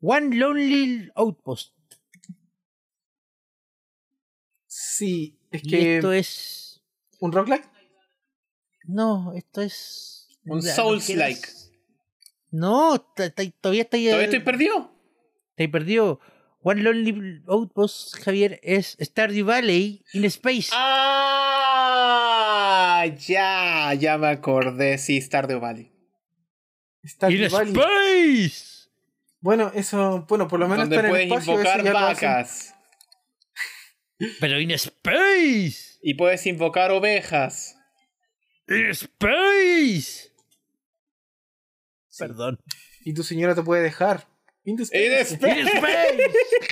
One Lonely Outpost. Sí, es Y que. esto es ¿Un rock like? No, esto es. Un Ya, no Souls-like. quieras- No, ta- ta- todavía está ahí- ¿Todavía estoy perdido? está ahí perdido. One Lonely Outpost, Javier, es Stardew Valley in Space. ¡Ah! Ya, ya me acordé. Sí, Stardew Valley. Está ¡In Valley. Space! Bueno, eso. Bueno, por lo menos Donde está en el puedes espacio. invocar eso ya lo hacen. vacas. Pero in Space! Y puedes invocar ovejas. ¡In Space! Perdón. Y tu señora te puede dejar. Este In the ¡En space. Space! ¡In Space!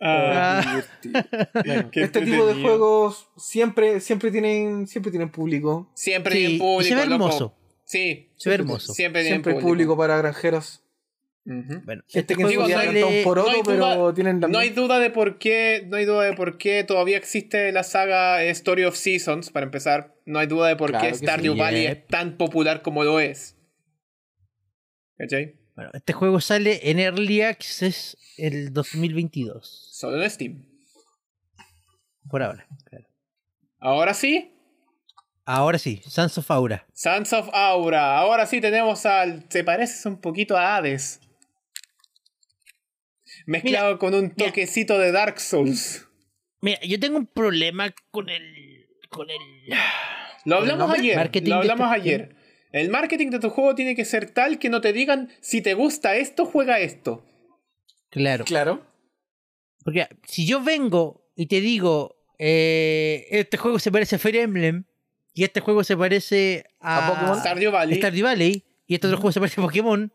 Ah, Ah, Bueno, Qué este tipo de entretenido. juegos siempre, siempre tienen, siempre tienen público. siempre sí, tienen y público. se ve loco. hermoso. Sí, Se ve Siempre- hermoso. siempre tienen Siempre hay público. público para granjeros. Este Ujú. Bueno, este Gente que juego se no llama sale- Tom por no hay otro, duda- pero tienen la No hay duda de por qué, no hay duda de por qué todavía existe la saga eh, Story of Seasons, para empezar. No hay duda de por Claro qué que eh. Stardew sí. Valley Yep. es tan popular como lo es. ¿Cachai? bueno, este juego sale en Early Access el 2022. Solo en Steam. Por ahora. claro. Ahora sí, Ahora sí, Sans of Aura. Sons of Aura. Ahora sí tenemos al. Se pareces un poquito a Hades. Mezclado con un mira. toquecito de Dark Souls. Mira, yo tengo un problema con el. con el. Lo hablamos nombre? ayer. Marketing lo de hablamos este- ayer. El marketing de tu juego tiene que ser tal que no te digan si te gusta esto, juega esto. Claro. Claro. Porque si yo vengo y te digo. eh, este juego se parece a Fire Emblem. Y este juego se parece a. ¿A Pokémon? Stardew Valley. Ah, Stardew Valley. Y este otro juego se parece a Pokémon.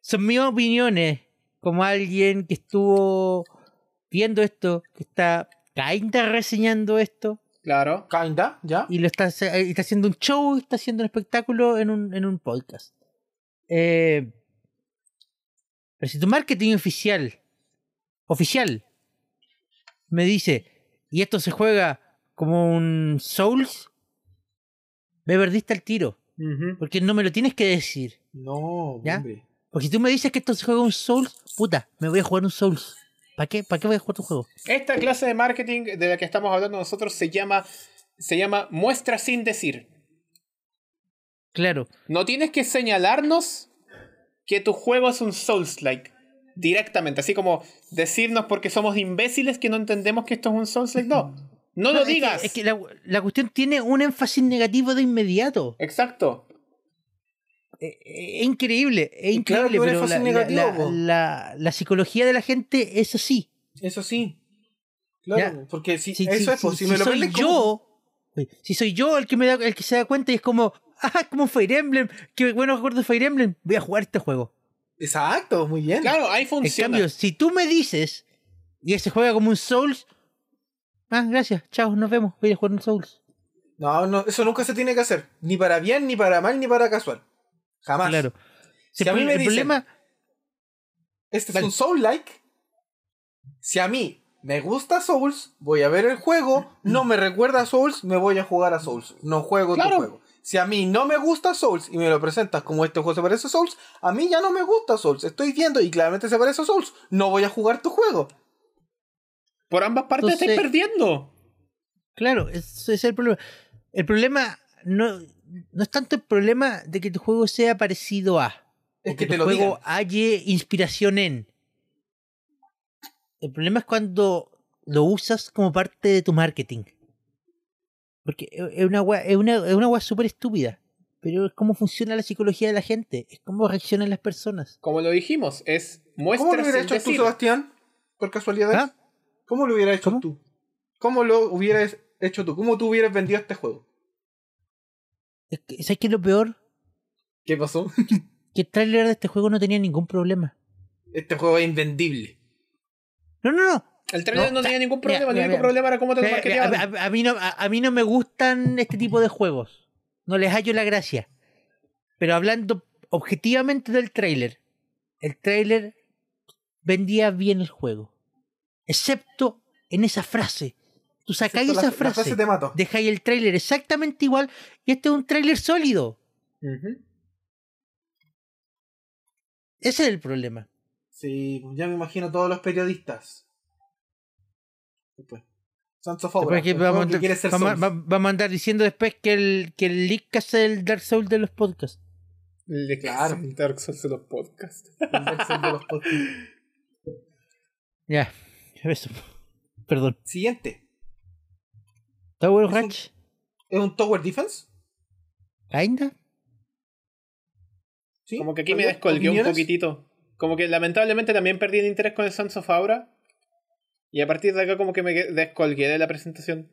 Son mis opiniones. Como alguien que estuvo viendo esto. Que está kinda reseñando esto. Claro. Kinda, ya. y lo está, hace- y está haciendo un show, está haciendo un espectáculo en un, en un podcast. Eh, pero si tu marketing oficial, oficial, me dice, y esto se juega como un Souls, me perdiste el tiro, Ujú. porque no me lo tienes que decir. No, ¿Ya? hombre. Porque si tú me dices que esto se juega un Souls, puta, me voy a jugar un Souls. ¿Para qué? ¿Para qué voy a jugar tu juego? Esta clase de marketing de la que estamos hablando nosotros se llama, se llama muestra sin decir. Claro. No tienes que señalarnos que tu juego es un Souls-like. Directamente, así como decirnos porque somos imbéciles que no entendemos que esto es un Souls-like. No, no lo es que- digas. Es que, la, la cuestión tiene un énfasis negativo de inmediato. Exacto. Eh, eh, es increíble, es Y claro increíble, que hubiera pero la, fácil la- negativo, la- po. la- la psicología de la gente es así. Eso sí. Claro, Ya. porque si, Si, eso si- es, pues, si- si, si me lo soy venden como- yo, si soy yo el que me da, el que se da cuenta y es como, ah, como Fire Emblem, qué bueno acuerdo de Fire Emblem, voy a jugar este juego. Exacto, muy bien. Claro, ahí En funciona. cambio, si tú me dices y se juega como un Souls, ah, gracias, chao, nos vemos, voy a jugar un Souls. No, no, eso nunca se tiene que hacer. Ni para bien, ni para mal, ni para casual. Jamás. Claro. Si Si a el mí me el dicen- problema, Este es Dale. un Soul-like. Si a mí me gusta Souls, voy a ver el juego. No me recuerda a Souls, me voy a jugar a Souls. No juego Claro. tu juego. Si a mí no me gusta Souls y me lo presentas como este juego se parece a Souls, a mí ya no me gusta Souls. Estoy viendo y claramente se parece a Souls. No voy a jugar tu juego. Por ambas partes Entonces- estáis perdiendo. Claro, ese es el problema. El problema no, no es tanto el problema de que tu juego sea parecido a. Es o que tu te lo juego digan. halle inspiración en. El problema es cuando lo usas como parte de tu marketing. Porque es es una gua- es una, es una gua súper estúpida. Pero es cómo funciona la psicología de la gente. Es cómo reaccionan las personas. Como lo dijimos, es ¿Cómo muestra lo sin hubiera hecho tú, decir. Sebastián? Por casualidad. ¿Ah? ¿Cómo lo hubieras hecho ¿Cómo? tú? ¿Cómo lo hubieras hecho tú? ¿Cómo tú hubieras vendido este juego? Es que- ¿Sabes qué es lo peor? ¿Qué pasó? Que el tráiler de este juego no tenía ningún problema. Este juego es invendible. No, no, no. El trailer no, No, tenía ningún mira, problema, el mira, único mira. problema era cómo te lo Mira, mira, marketeaban. Eh, a, a- a mí no, a, a mí no me gustan este tipo de juegos. No les hallo la gracia. Pero hablando objetivamente del tráiler, el tráiler vendía bien el juego. Excepto en esa frase. Tú sacáis Excepto esa la- la frase, te mató. dejáis el tráiler exactamente igual y este es un tráiler sólido. Ujú. Ese es el problema. Sí, ya me imagino todos los periodistas. Después. Sansa Después Fobra. que Que vamos, que quiere ser vamos- Souls. va- vamos a andar diciendo después que el, que el leak que hace el Dark Souls de los podcasts. Le Claro. hacen Dark Souls en los podcasts. El Dark Souls de los podcasts. Ya, eso. Perdón. Siguiente. Tower Es un- Hatch. ¿Es un Tower Defense? ¿Ainda? ¿Sí? Como que aquí me ¿Opiniones? descolgué un poquitito. Como que lamentablemente también perdí el interés con el Sons of Aura. Y a partir de acá como que me que- descolgué de la presentación.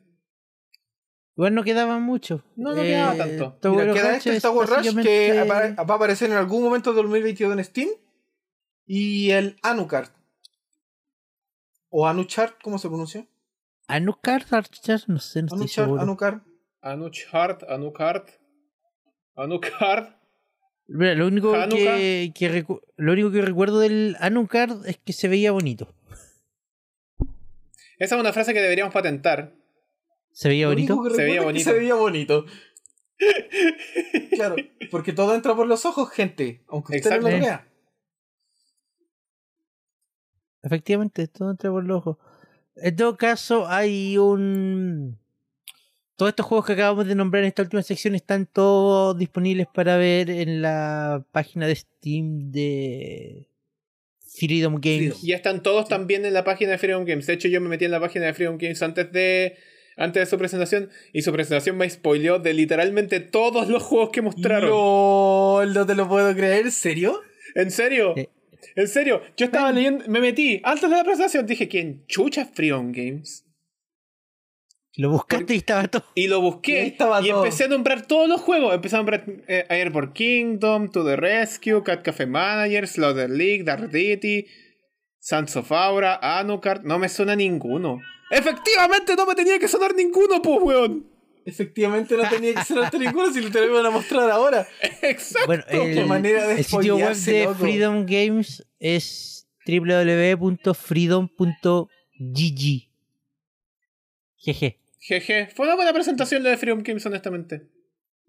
Igual no quedaba mucho. Eh, No, no quedaba tanto. Mira, Tower queda Rush este es Tower Rush que básicamente- apare- va a aparecer en algún momento de 2022 en Steam. Y el Anucard. O Anuchard, ¿cómo se pronuncia? Anucard, Archer, no sé, no estoy Anuchard, seguro. Anucard. Anuchart, Anucart. Anucart. Mira, lo único que, Hanukkah. que recu- lo único que recuerdo del Anucard es que se veía bonito. Esa es una frase que deberíamos patentar. ¿Se veía Lo bonito? único que Se veía recuerdo es que bonito. Se veía bonito. claro, porque todo entra por los ojos, gente. Aunque usted no lo Exacto. vea. Efectivamente, todo entra por los ojos. En todo caso, hay un Todos estos juegos que acabamos de nombrar en esta última sección están todos disponibles para ver en la página de Steam de Freedom Games. Ya están todos también en la página de Freedom Games. De hecho, yo me metí en la página de Freedom Games antes de, antes de su presentación y su presentación me spoileó de literalmente todos los juegos que mostraron. LOL, no te lo puedo creer, ¿serio? ¿En serio? Eh. Sí. En serio, yo estaba leyendo, me metí antes de la presentación, dije, ¿quién chucha Freon Games? Lo buscaste y estaba todo. Y lo Y busqué ahí y, estaba todo. empecé a nombrar todos los juegos. Empecé a nombrar eh, Airport Kingdom, To The Rescue, Cat Cafe Manager, Slaughter League, Dark Deity, Sons of Aura, Anucard. No me suena ninguno. Efectivamente, no me tenía que sonar ninguno, pues, weón. Efectivamente no tenía que ser hasta ninguno si te lo iban a mostrar ahora. Exacto. Bueno, el, Qué manera de el sitio web spoilearse, de loco. Freedom Games es www.freedom.gg. Jeje. Jeje, fue una buena presentación la de Freedom Games, honestamente.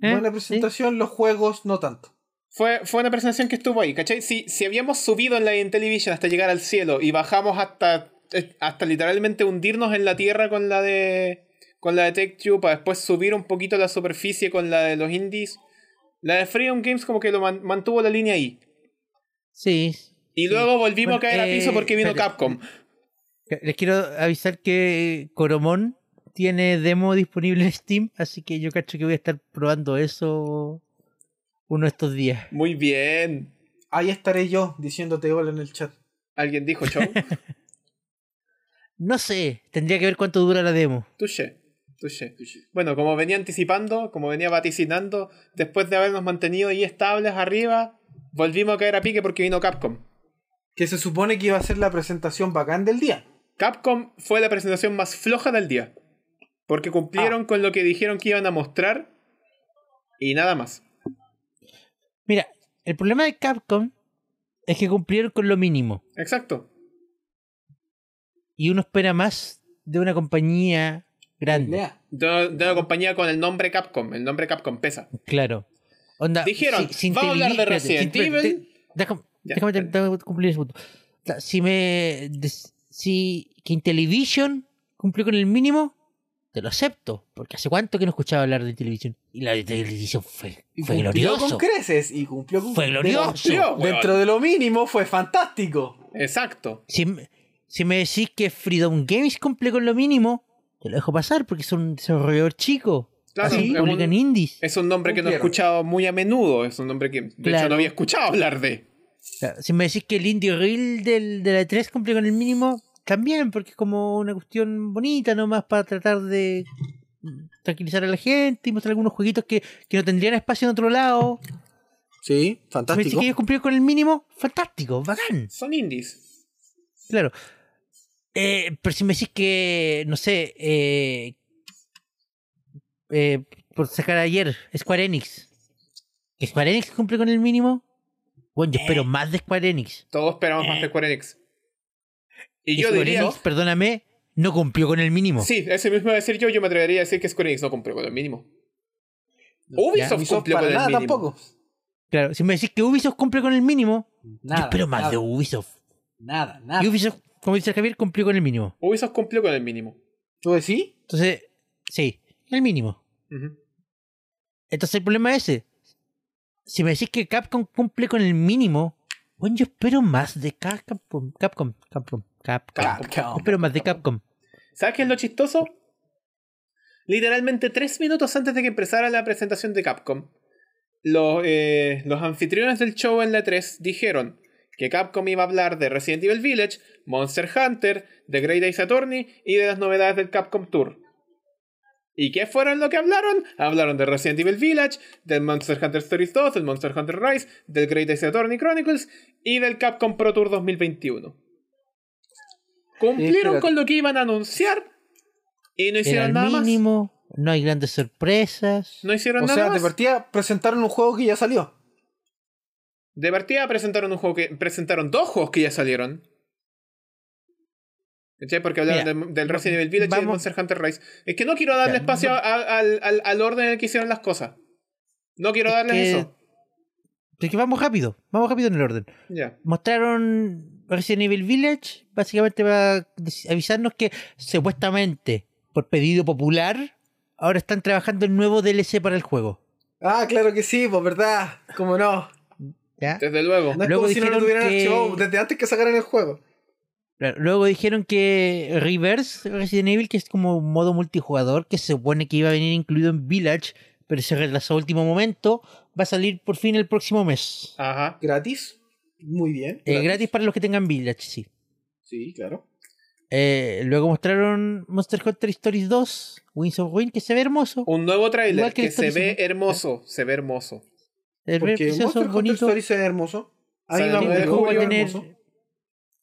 ¿Eh? Buena presentación, los juegos no tanto. Fue, fue una presentación que estuvo ahí, ¿cachai? Si, si habíamos subido en la Intellivision hasta llegar al cielo y bajamos hasta, eh, hasta literalmente hundirnos en la tierra con la de con la de Tech Two para después subir un poquito la superficie con la de los indies, la de Freedom Games como que lo man- mantuvo la línea ahí. Sí. sí. Y luego volvimos Bueno, a caer a eh, piso porque vino espérate. Capcom. Les quiero avisar que Coromón tiene demo disponible en Steam, así que yo cacho que voy a estar probando eso uno de estos días. Muy bien. Ahí estaré yo diciéndote hola en el chat. Alguien dijo, chau. No sé, tendría que ver cuánto dura la demo. Touché, touché. Bueno, como venía anticipando, como venía vaticinando, después de habernos mantenido ahí estables arriba, volvimos a caer a pique porque vino Capcom. Que se supone que iba a ser la presentación bacán del día. Capcom fue la presentación más floja del día. Porque cumplieron con lo que dijeron que iban a mostrar y nada más. Mira, el problema de Capcom es que cumplieron con lo mínimo. Exacto. y uno espera más de una compañía grande. Lea. De, de una compañía con el nombre Capcom. El nombre Capcom pesa. Claro. Onda, Dijeron, vamos a hablar de espérate, Resident sin- espérate, Evil. déjame Ya, déjame dale. terminar de cumplir ese punto. O sea, Si me. des- Si que Intellivision cumplió con el mínimo, te lo acepto. Porque hace cuánto que no escuchaba hablar de Intellivision. Y la de Intellivision fue, Y fue cumplió con glorioso. creces. Y cumplió con Fue glorioso. Dentro, dentro de lo mínimo fue fantástico. Exacto. Si, me- si me decís que Freedom Games cumple con lo mínimo, te lo dejo pasar porque es un desarrollador chico. Claro, Así es publican un- indies. Es un nombre que no he Cumplieron. escuchado muy a menudo. Es un nombre que, de hecho, Claro. no había escuchado hablar de. O sea, si me decís que el indie reel del, de la 3 cumple con el mínimo, también, porque es como una cuestión bonita nomás para tratar de tranquilizar a la gente y mostrar algunos jueguitos que, que no tendrían espacio en otro lado. Sí, Si me decís que ellos cumplieron con el mínimo, fantástico, bacán, Son indies. claro. Eh, pero si me decís que, no sé, eh, eh, por sacar ayer, Square Enix. ¿que ¿Square Enix cumple con el mínimo? Bueno, yo espero más de Square Enix. Todos esperamos más de Square Enix. Y yo Eh. Square diría. Enix, perdóname, no cumplió con el mínimo. Sí, eso mismo iba a decir yo. Yo me atrevería a decir que Square Enix no cumplió con el mínimo. Ubisoft Ubisoft cumplió para con el nada mínimo. tampoco. Claro, si me decís que Ubisoft cumple con el mínimo, Nada, yo espero más nada, de Ubisoft. Nada, Y nada. Ubisoft, como dice Javier, cumplió con el mínimo. Ubisoft cumplió con el mínimo. ¿Tú decís? Entonces, sí, el mínimo. Ujú. Entonces el problema es ese. Si me decís que Capcom cumple con el mínimo, bueno, yo espero más de Ca- Capcom. Capcom, Capcom, Capcom. Ah, Capcom. Yo espero más de Capcom. ¿Sabes qué es lo chistoso? Literalmente tres minutos antes de que empezara la presentación de Capcom, los, eh, los anfitriones del show en la 3 dijeron que Capcom iba a hablar de Resident Evil Village, Monster Hunter, de Great Ace Attorney y de las novedades del Capcom Tour. ¿Y qué fueron lo que hablaron? Hablaron de Resident Evil Village, del Monster Hunter Stories 2, del Monster Hunter Rise, del Great Ace Attorney Chronicles y del Capcom Pro Tour 2021. Cumplieron Espérate. con lo que iban a anunciar y no Era hicieron el nada más. mínimo, no hay grandes sorpresas. No hicieron O nada sea, de más. partida presentaron un juego que ya salió. De partida presentaron un juego que. presentaron dos juegos que ya salieron. ¿Cachai? Porque hablaron Mira, del, del Resident Evil Village y del vamos- Monster Hunter Rise. Es que no quiero darle Ya, espacio a- al, al- al orden en el que hicieron las cosas. No quiero Es darles que- eso. Así que vamos rápido, vamos rápido en el orden. Ya. mostraron Resident Evil Village, básicamente para avisarnos que supuestamente, por pedido popular, ahora están trabajando el nuevo DLC para el juego. Ah, claro que sí, pues verdad. Como no. ¿ya? Desde luego. No es Luego como si no lo dijeron tuvieran que- archivado desde antes que sacaran el juego. Claro, Luego dijeron que Reverse Resident Evil, que es como un modo multijugador que se supone que iba a venir incluido en Village, pero se retrasó a último momento, va a salir por fin el próximo mes. Ajá. Gratis. Muy bien. Eh, gratis para los que tengan Village, sí. Sí, claro. Eh, luego mostraron Monster Hunter Stories 2, Winds of Wind, que se ve hermoso. Un nuevo tráiler Igual que, que se esto que ve se- hermoso. Se ve hermoso. Se ve Porque precioso, Monster Hunter bonito. Stories es hermoso. A mí Sale me el nueve de el, juego va a acuerdo, tener, julio, ¿eh? hermoso.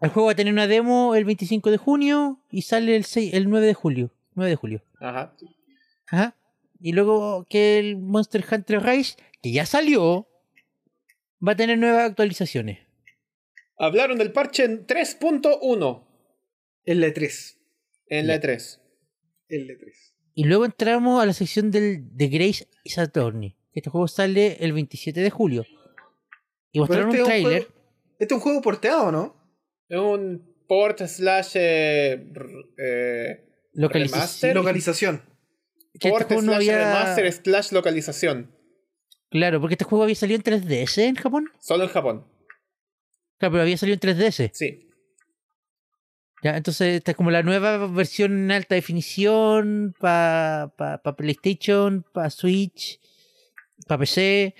el juego va a tener una demo el 25 de junio y sale el, 6 el 9 de julio. 9 de julio. Ajá. Ajá. Y luego que el Monster Hunter Rise, que ya salió, va a tener nuevas actualizaciones. Hablaron del parche en 3.1 El E3. en E la E3. El E3. Y luego entramos a la sección del, de Grace y Saturni. Este juego sale el 27 de julio. Y Pero mostraron este un es tráiler. juego- Este es un juego porteado, ¿no? Es un port slash eh, r- eh, localiza- remaster. Localización. que este port juego no slash había- remaster slash localización. Claro, porque este juego había salido en 3DS en Japón. Solo en Japón. Claro, pero había salido en 3DS. Sí. Ya, entonces esta es como la nueva versión en alta definición para PlayStation, para Switch, para PC.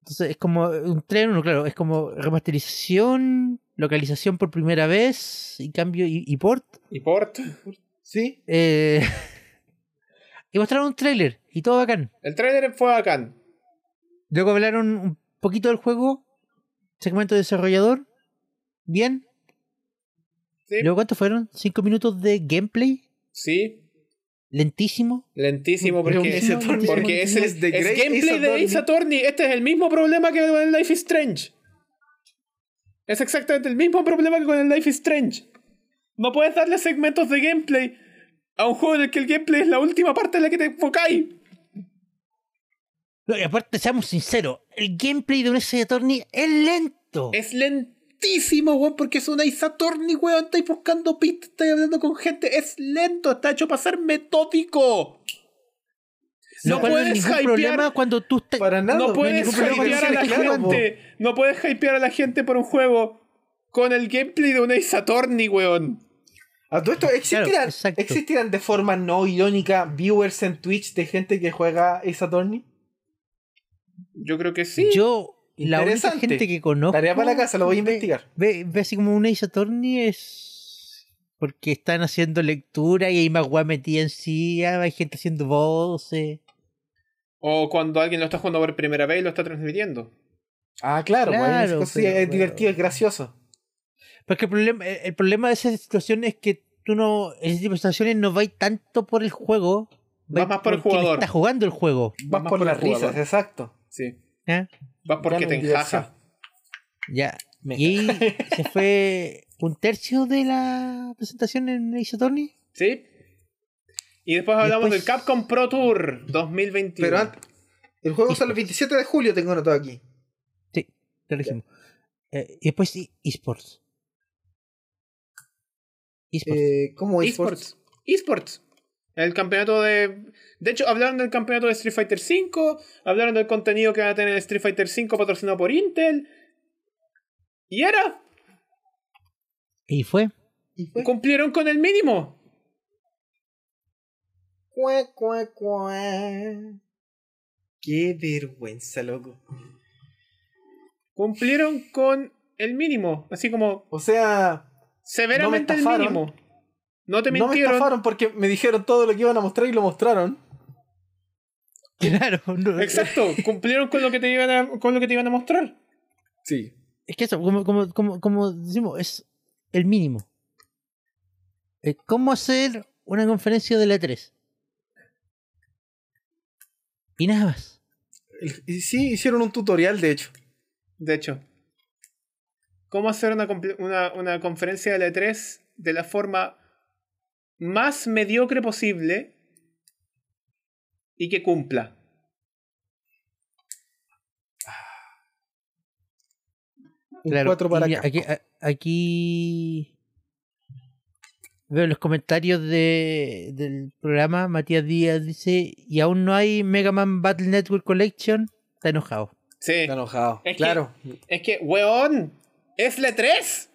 Entonces es como un tren, uno, claro, es como remasterización, localización por primera vez y cambio y, y port. Y port. Sí. Eh, y mostraron un tráiler y todo bacán. El trailer fue bacán. Luego hablaron un poquito del juego, segmento desarrollador, bien. Sí. Luego, ¿cuántos fueron? ¿Cinco minutos de gameplay? Sí. Lentísimo. Lentísimo. porque, Lentísimo, lentísimo, porque es, el, Es de es Grey gameplay Ace de Attorney. Ace Attorney. Este es el mismo problema que con el Life is Strange. Es exactamente el mismo problema que con el Life is Strange. No puedes darle segmentos de gameplay a un juego en el que el gameplay es la última parte en la que te enfocáis. No, y aparte, seamos sinceros, el gameplay de un S de Attorney es lento. Es lentísimo, weón, porque es un Ace Attorney, weón. Estáis buscando pistas, estáis hablando con gente. Es lento, está hecho para ser metódico. Lo no cual puedes ningún hypear- problema cuando tú estás. Para nada. no hay puedes ningún problema con hypear a la decirles, claro, po. gente. No puedes hypear a la gente por un juego con el gameplay de un Ace Attorney, weón. A todo esto, ¿existirán, Claro, exacto. existirán de forma no irónica viewers en Twitch de gente que juega Ace Attorney? Yo creo que sí. Yo, la única Interesante. gente que conozco. Tarea para la casa, lo voy a ve- investigar. Ve, ve así como un Ace Attorney es. Porque están haciendo lectura y hay más guay metida en sí, hay gente haciendo voces. O cuando alguien lo está jugando por primera vez y lo está transmitiendo. Ah, claro, pues, hay unas Claro, cosas así, pero- es divertido, es gracioso. Porque el problema, el, el problema de esa situación es que tú no. En ese tipo de situaciones no vais tanto por el juego. vais más por el quien jugador. Está jugando el juego. Vas más por, por el las risas, jugador. exacto. Sí. ¿eh? Vas porque Ganan te enjaja. Ya. Me- Y ahí se fue un tercio de la presentación en Ace Attorney. Sí. Y después hablamos Después- del Capcom Pro Tour 2021. Pero antes, el juego sale el 27 de julio, tengo anotado aquí. Clarísimo. Eh, y después e- esports. Esports. Eh, ¿Cómo esports? esports. Esports. El campeonato de. De hecho, hablaron del campeonato de Street Fighter V. Hablaron del contenido que va a tener Street Fighter V patrocinado por Intel. Y era. y fue. Y fue- Cumplieron con el mínimo. Cue, cue, cue. Qué vergüenza, loco. Cumplieron con el mínimo. Así como O sea, Severamente No me el estafaron. mínimo. No te no me mintieron. estafaron porque me dijeron todo lo que iban a mostrar y lo mostraron. Claro. no. Exacto, cumplieron con lo que te iban a, con lo que te iban a mostrar. Sí. Es que eso, como, como, como, como decimos, es el mínimo. Eh, ¿Cómo hacer una conferencia de la E 3? Y nada más. Sí, hicieron un tutorial, de hecho. De hecho. ¿Cómo hacer una, comple- una, una conferencia de L3 de la forma más mediocre posible y que cumpla? Un Claro, cuatro y para mira, acá. aquí, a- aquí Veo en los comentarios de, del programa, Matías Díaz dice, y aún no hay Mega Man Battle Network Collection, está enojado. Sí. Está enojado. Es que- claro. Es que, weón, es la 3.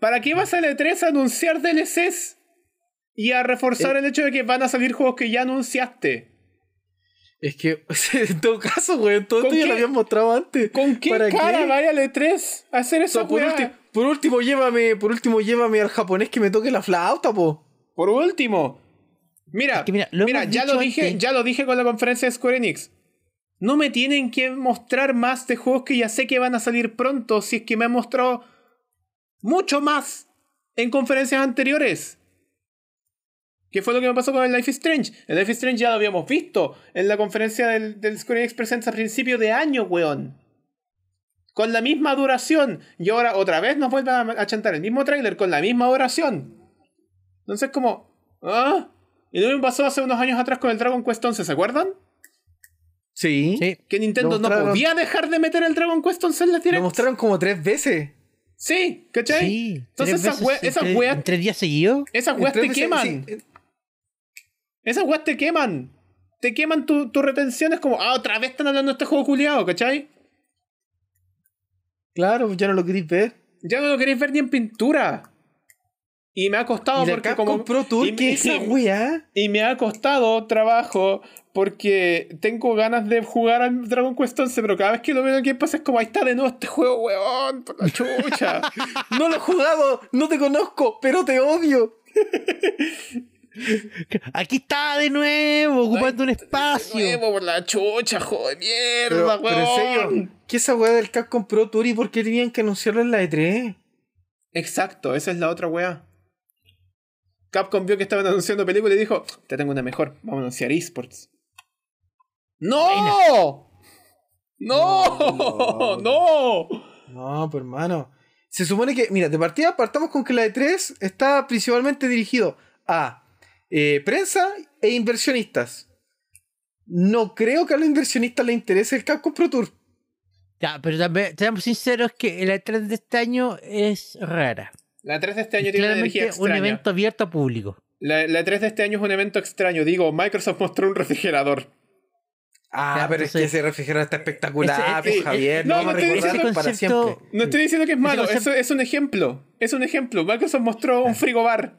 ¿Para qué vas a la 3 a anunciar DLCs? Y a reforzar Eh. el hecho de que van a salir juegos que ya anunciaste. Es que, en todo caso, güey, todo ¿Con esto ya qué- lo habíamos mostrado antes. ¿Con qué ¿Para cara qué? vaya la 3 a hacer O eso, sea, por, ulti- por último, llévame, por último, llévame al japonés que me toque la flauta, po. Por último, mira, Es que mira, mira, lo hemos ya, lo dicho dije, antes. ya lo dije con la conferencia de Square Enix. No me tienen que mostrar más de juegos que ya sé que van a salir pronto, si es que me han mostrado mucho más en conferencias anteriores. ¿Qué fue lo que me pasó con el Life is Strange? El Life is Strange ya lo habíamos visto en la conferencia del, del Square Enix Presents a principio de año, weón. Con la misma duración. Y ahora otra vez nos vuelven a, a chantar el mismo tráiler con la misma duración. Entonces, como. ¿Ah? Y lo mismo pasó hace unos años atrás con el Dragon Quest 11, ¿se acuerdan? Sí. Sí. Que Nintendo Lo no mostraron. podía dejar de meter el Dragon Quest 11 en la Lo directs. mostraron como tres veces. Sí, ¿cachai? Sí. tres Entonces esas veces weas- esas en tres- weas- en tres días seguidos. Esas En weas tres te veces, queman. sí. eh, Esas weas te queman. Te queman tu, tu retención. Es como, ah, otra vez están hablando de este juego culiado, ¿cachai? Claro, ya no lo queréis ver. Ya no lo queréis ver ni en pintura. Y me ha costado y la porque Capcom como. Pro Tour, y- ¿qué es esa weá? Y me ha costado trabajo porque tengo ganas de jugar al Dragon Quest 11, pero cada vez que lo veo en el Game Pass es como, ahí está de nuevo este juego, weón, por la chucha. No lo he jugado, no te conozco, pero te odio. Aquí está de nuevo, ocupando un espacio. De nuevo por la chucha, joder, Pero, mierda, pero en weón. serio, ¿qué es esa weá del Capcom Pro Tour y por qué tenían que anunciarlo en la E E3? Exacto, esa es la otra weá. Capcom vio que estaban anunciando películas y dijo, te tengo una mejor, vamos a anunciar esports. ¡No! ¡No! No, ¡No! No, pues hermano. Se supone que, mira, de partida partamos con que la E3 está principalmente dirigido a eh, prensa e inversionistas. No creo que a los inversionistas les interese el Capcom Pro Tour. Ya, pero también, seamos sinceros que la E3 de este año es rara. La 3 de este año tiene una energía Claramente un extraña. evento abierto a público. La, la 3 de este año es un evento extraño. Digo, Microsoft mostró un refrigerador. Ah, Ya, pero entonces- es que ese refrigerador está espectacular, Ese- pues, Javier. no, No, vamos a no estoy recordar diciendo- para ese siempre. concepto- No estoy diciendo que es malo, Ese eso concepto- es un ejemplo. Es un ejemplo. Microsoft mostró Ah. un frigobar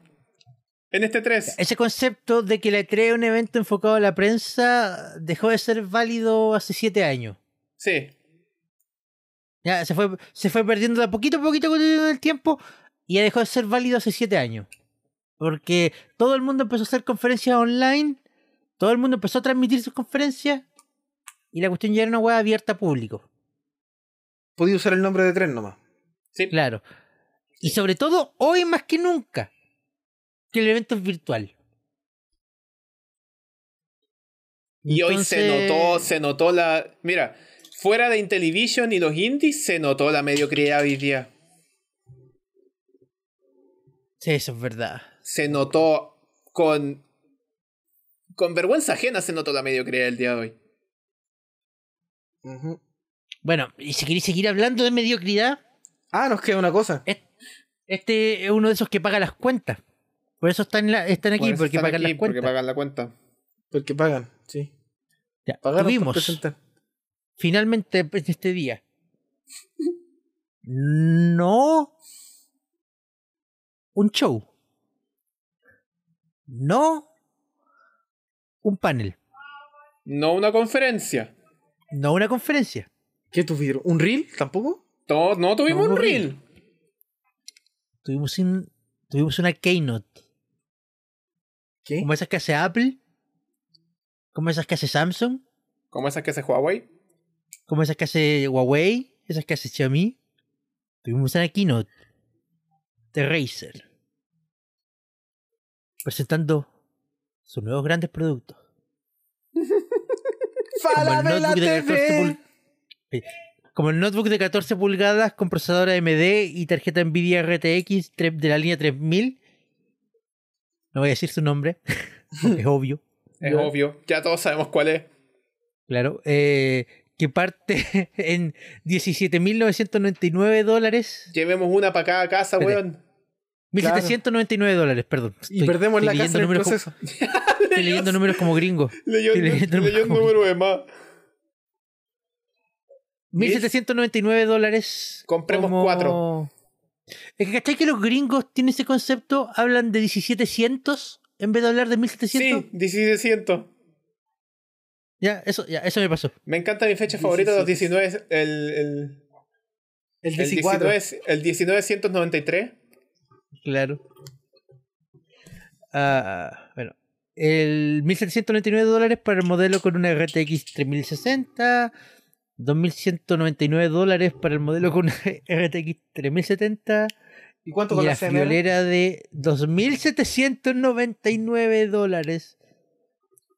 en este 3. Ese concepto de que la E3 es un evento enfocado a la prensa dejó de ser válido hace siete años. Sí. Ya, se fue, se fue perdiendo de a poquito a poquito con el tiempo y ya dejó de ser válido hace siete años. Porque todo el mundo empezó a hacer conferencias online, todo el mundo empezó a transmitir sus conferencias y la cuestión ya era una web abierta a público. Podía usar el nombre de tren nomás. Sí. Claro. Y sobre todo hoy más que nunca, que el evento es virtual. Y hoy se Entonces- notó, se notó la. Mira, fuera de Intellivision y los indies, se notó la mediocridad hoy día. Sí, eso es verdad. Se notó con. Con vergüenza ajena se notó la mediocridad del día de hoy. Ujú. Bueno, y si queréis seguir hablando de mediocridad, Ah, nos queda una cosa. es- este es uno de esos que paga las cuentas. Por eso están, la- están aquí, Por eso porque están pagan aquí, las porque cuentas. pagan la cuenta. Porque pagan, sí. Ya, Pagaron por tuvimos presentar. finalmente pues, este día. No. Un show. No. Un panel. No una conferencia. No una conferencia. ¿Qué tuvieron? ¿Un reel? ¿Tampoco? No, no tuvimos No, un no, reel. Tuvimos, un- tuvimos una keynote. ¿Qué? Como esas que hace Apple. Como esas que hace Samsung. Como esas que hace Huawei. Como esas que hace Huawei. Esas que hace Xiaomi. Tuvimos una keynote. De Razer. Presentando sus nuevos grandes productos. Como el ¡Falabella notebook de 14 TV! pul- Sí. Como el notebook de 14 pulgadas con procesador AMD y tarjeta Nvidia RTX tre- de la línea 3000. No voy a decir su nombre, porque es obvio, Es Ya. obvio. Ya todos sabemos cuál es. claro. eh, que parte en 17.999 dólares. Llevemos una para cada casa, Espérate. weón. 1799 dólares, perdón. y perdemos estoy la leyendo casa en el números como- proceso. estoy leyendo números como gringo. Leyó, Estoy leyendo leyó el como- número de más. 1799 dólares. Compremos cuatro. Es que ¿cachai que los gringos tienen ese concepto? Hablan de 1700 en vez de hablar de 1700. Sí, 1700. Ya, eso, ya, eso me pasó. Me encanta mi fecha favorita de los 19. es El, el, El 14. el 19 es- el 1993. Claro. Ah, bueno. El 1799 dólares para el modelo con una RTX 3060. 2199 dólares para el modelo con una RTX 3070. ¿Y cuánto Y con la la CMR? friolera de 2.799 dólares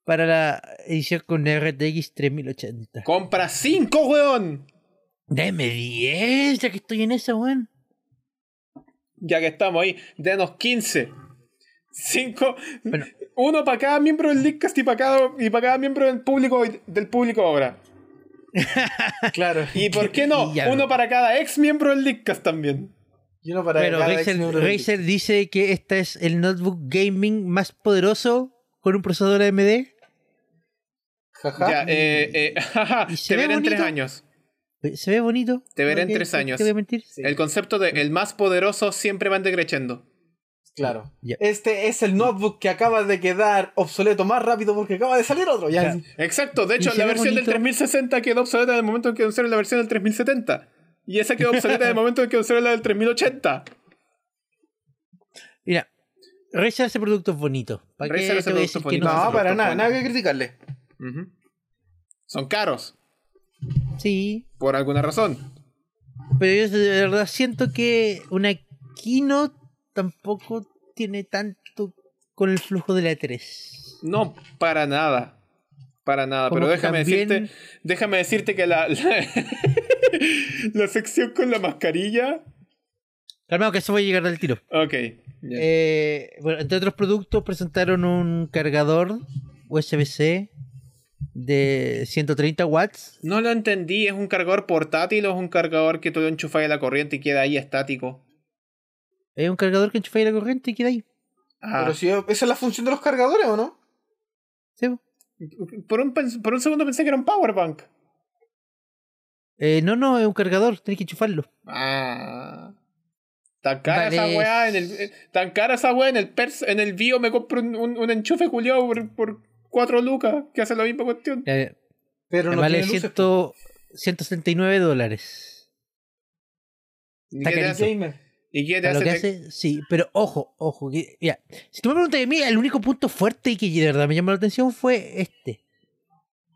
para la edición con RTX 3080. Compra 5, weón. Deme 10, ya que estoy en esa, weón. Ya que estamos ahí, denos 15. 5. Bueno. Uno para cada miembro del Leadcast y para cada, y para cada miembro del público, del público ahora. Claro. ¿Y por qué no? Y ya. Uno para cada ex miembro del Leadcast también. Yo no para Pero cada Razer, ex neurológico. Razer dice que este es el notebook gaming más poderoso con un procesador AMD. Jaja. Ya, eh, eh, jaja, ¿Y se te ve veré en tres bonito? años. Se ve bonito. Te veré ¿no? en ¿Qué- tres qué- años. Te voy a mentir. Sí, El concepto de el más poderoso siempre va decreciendo. Claro. Ya. Este es el notebook que acaba de quedar obsoleto más rápido porque acaba de salir otro. Ya. Ya. Exacto, de ¿Y hecho, se la ve versión del bonito? 3060 quedó obsoleta en el momento en que anunciaron la versión del 3070. Y esa quedó obsoleta en el momento en que anunciaron la del 3080. Mira, Razer hace productos bonitos. ¿Para qué Razer hace te voy a decir productos que bonitos. no? No, no, para no, nada, no. nada que criticarle. Ujú. Son caros, Sí, por alguna razón. Pero yo de verdad siento que una keynote tampoco tiene tanto con el flujo de la E E3. No, para nada. Para nada, Como Ah, pero que déjame también- decirte, déjame decirte que la, la, la sección con la mascarilla. Calmado, que eso voy a llegar al tiro. Ok. ya. Eh, bueno, entre otros productos presentaron un cargador USB-C de 130 watts. No lo entendí, ¿es un cargador portátil o es un cargador que tú lo enchufas a la corriente y queda ahí estático? Es un cargador que enchufa ahí la corriente y queda ahí. Ah. Pero si yo- esa es la función de los cargadores, ¿o no? Sí, po. Por un, pens- por un segundo pensé que era un powerbank. Eh, no, no, es un cargador, tenés que enchufarlo. Ah. Tan cara Vale. esa weá en el. eh, Tan cara esa weá en el pers, en el bio me compro un, un- un enchufe culiado por, por 4 lucas que hace la misma cuestión. Eh, Pero no vale tiene luces. 100 169 dólares. ¿Y está qué te pues. carito. hace? Gamer. ¿Y qué te Para hace? lo que Te- hace, sí, pero ojo, ojo. que- mira, si tú me preguntas a mí, el único punto fuerte y que de verdad me llamó la atención fue este.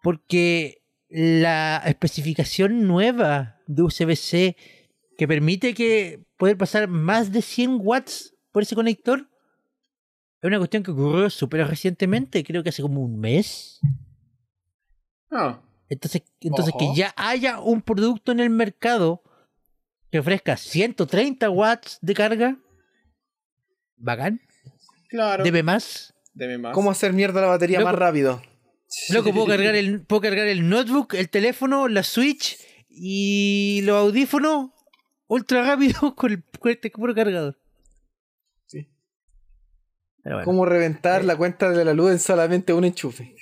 Porque la especificación nueva de USB-C que permite que poder pasar más de 100 watts por ese conector es una cuestión que ocurrió súper recientemente, creo que hace como un mes. Ah, Entonces, entonces que Ojo. ya haya un producto en el mercado que ofrezca 130 watts de carga, bacán, claro. Debe, debe más. más. ¿Cómo hacer mierda la batería Loco. más rápido? Loco, puedo cargar, el, puedo cargar el notebook, el teléfono, la Switch y los audífonos ultra rápido con, el- con este puro cargador. Sí. Pero bueno. ¿Cómo reventar Eh. la cuenta de la luz en solamente un enchufe?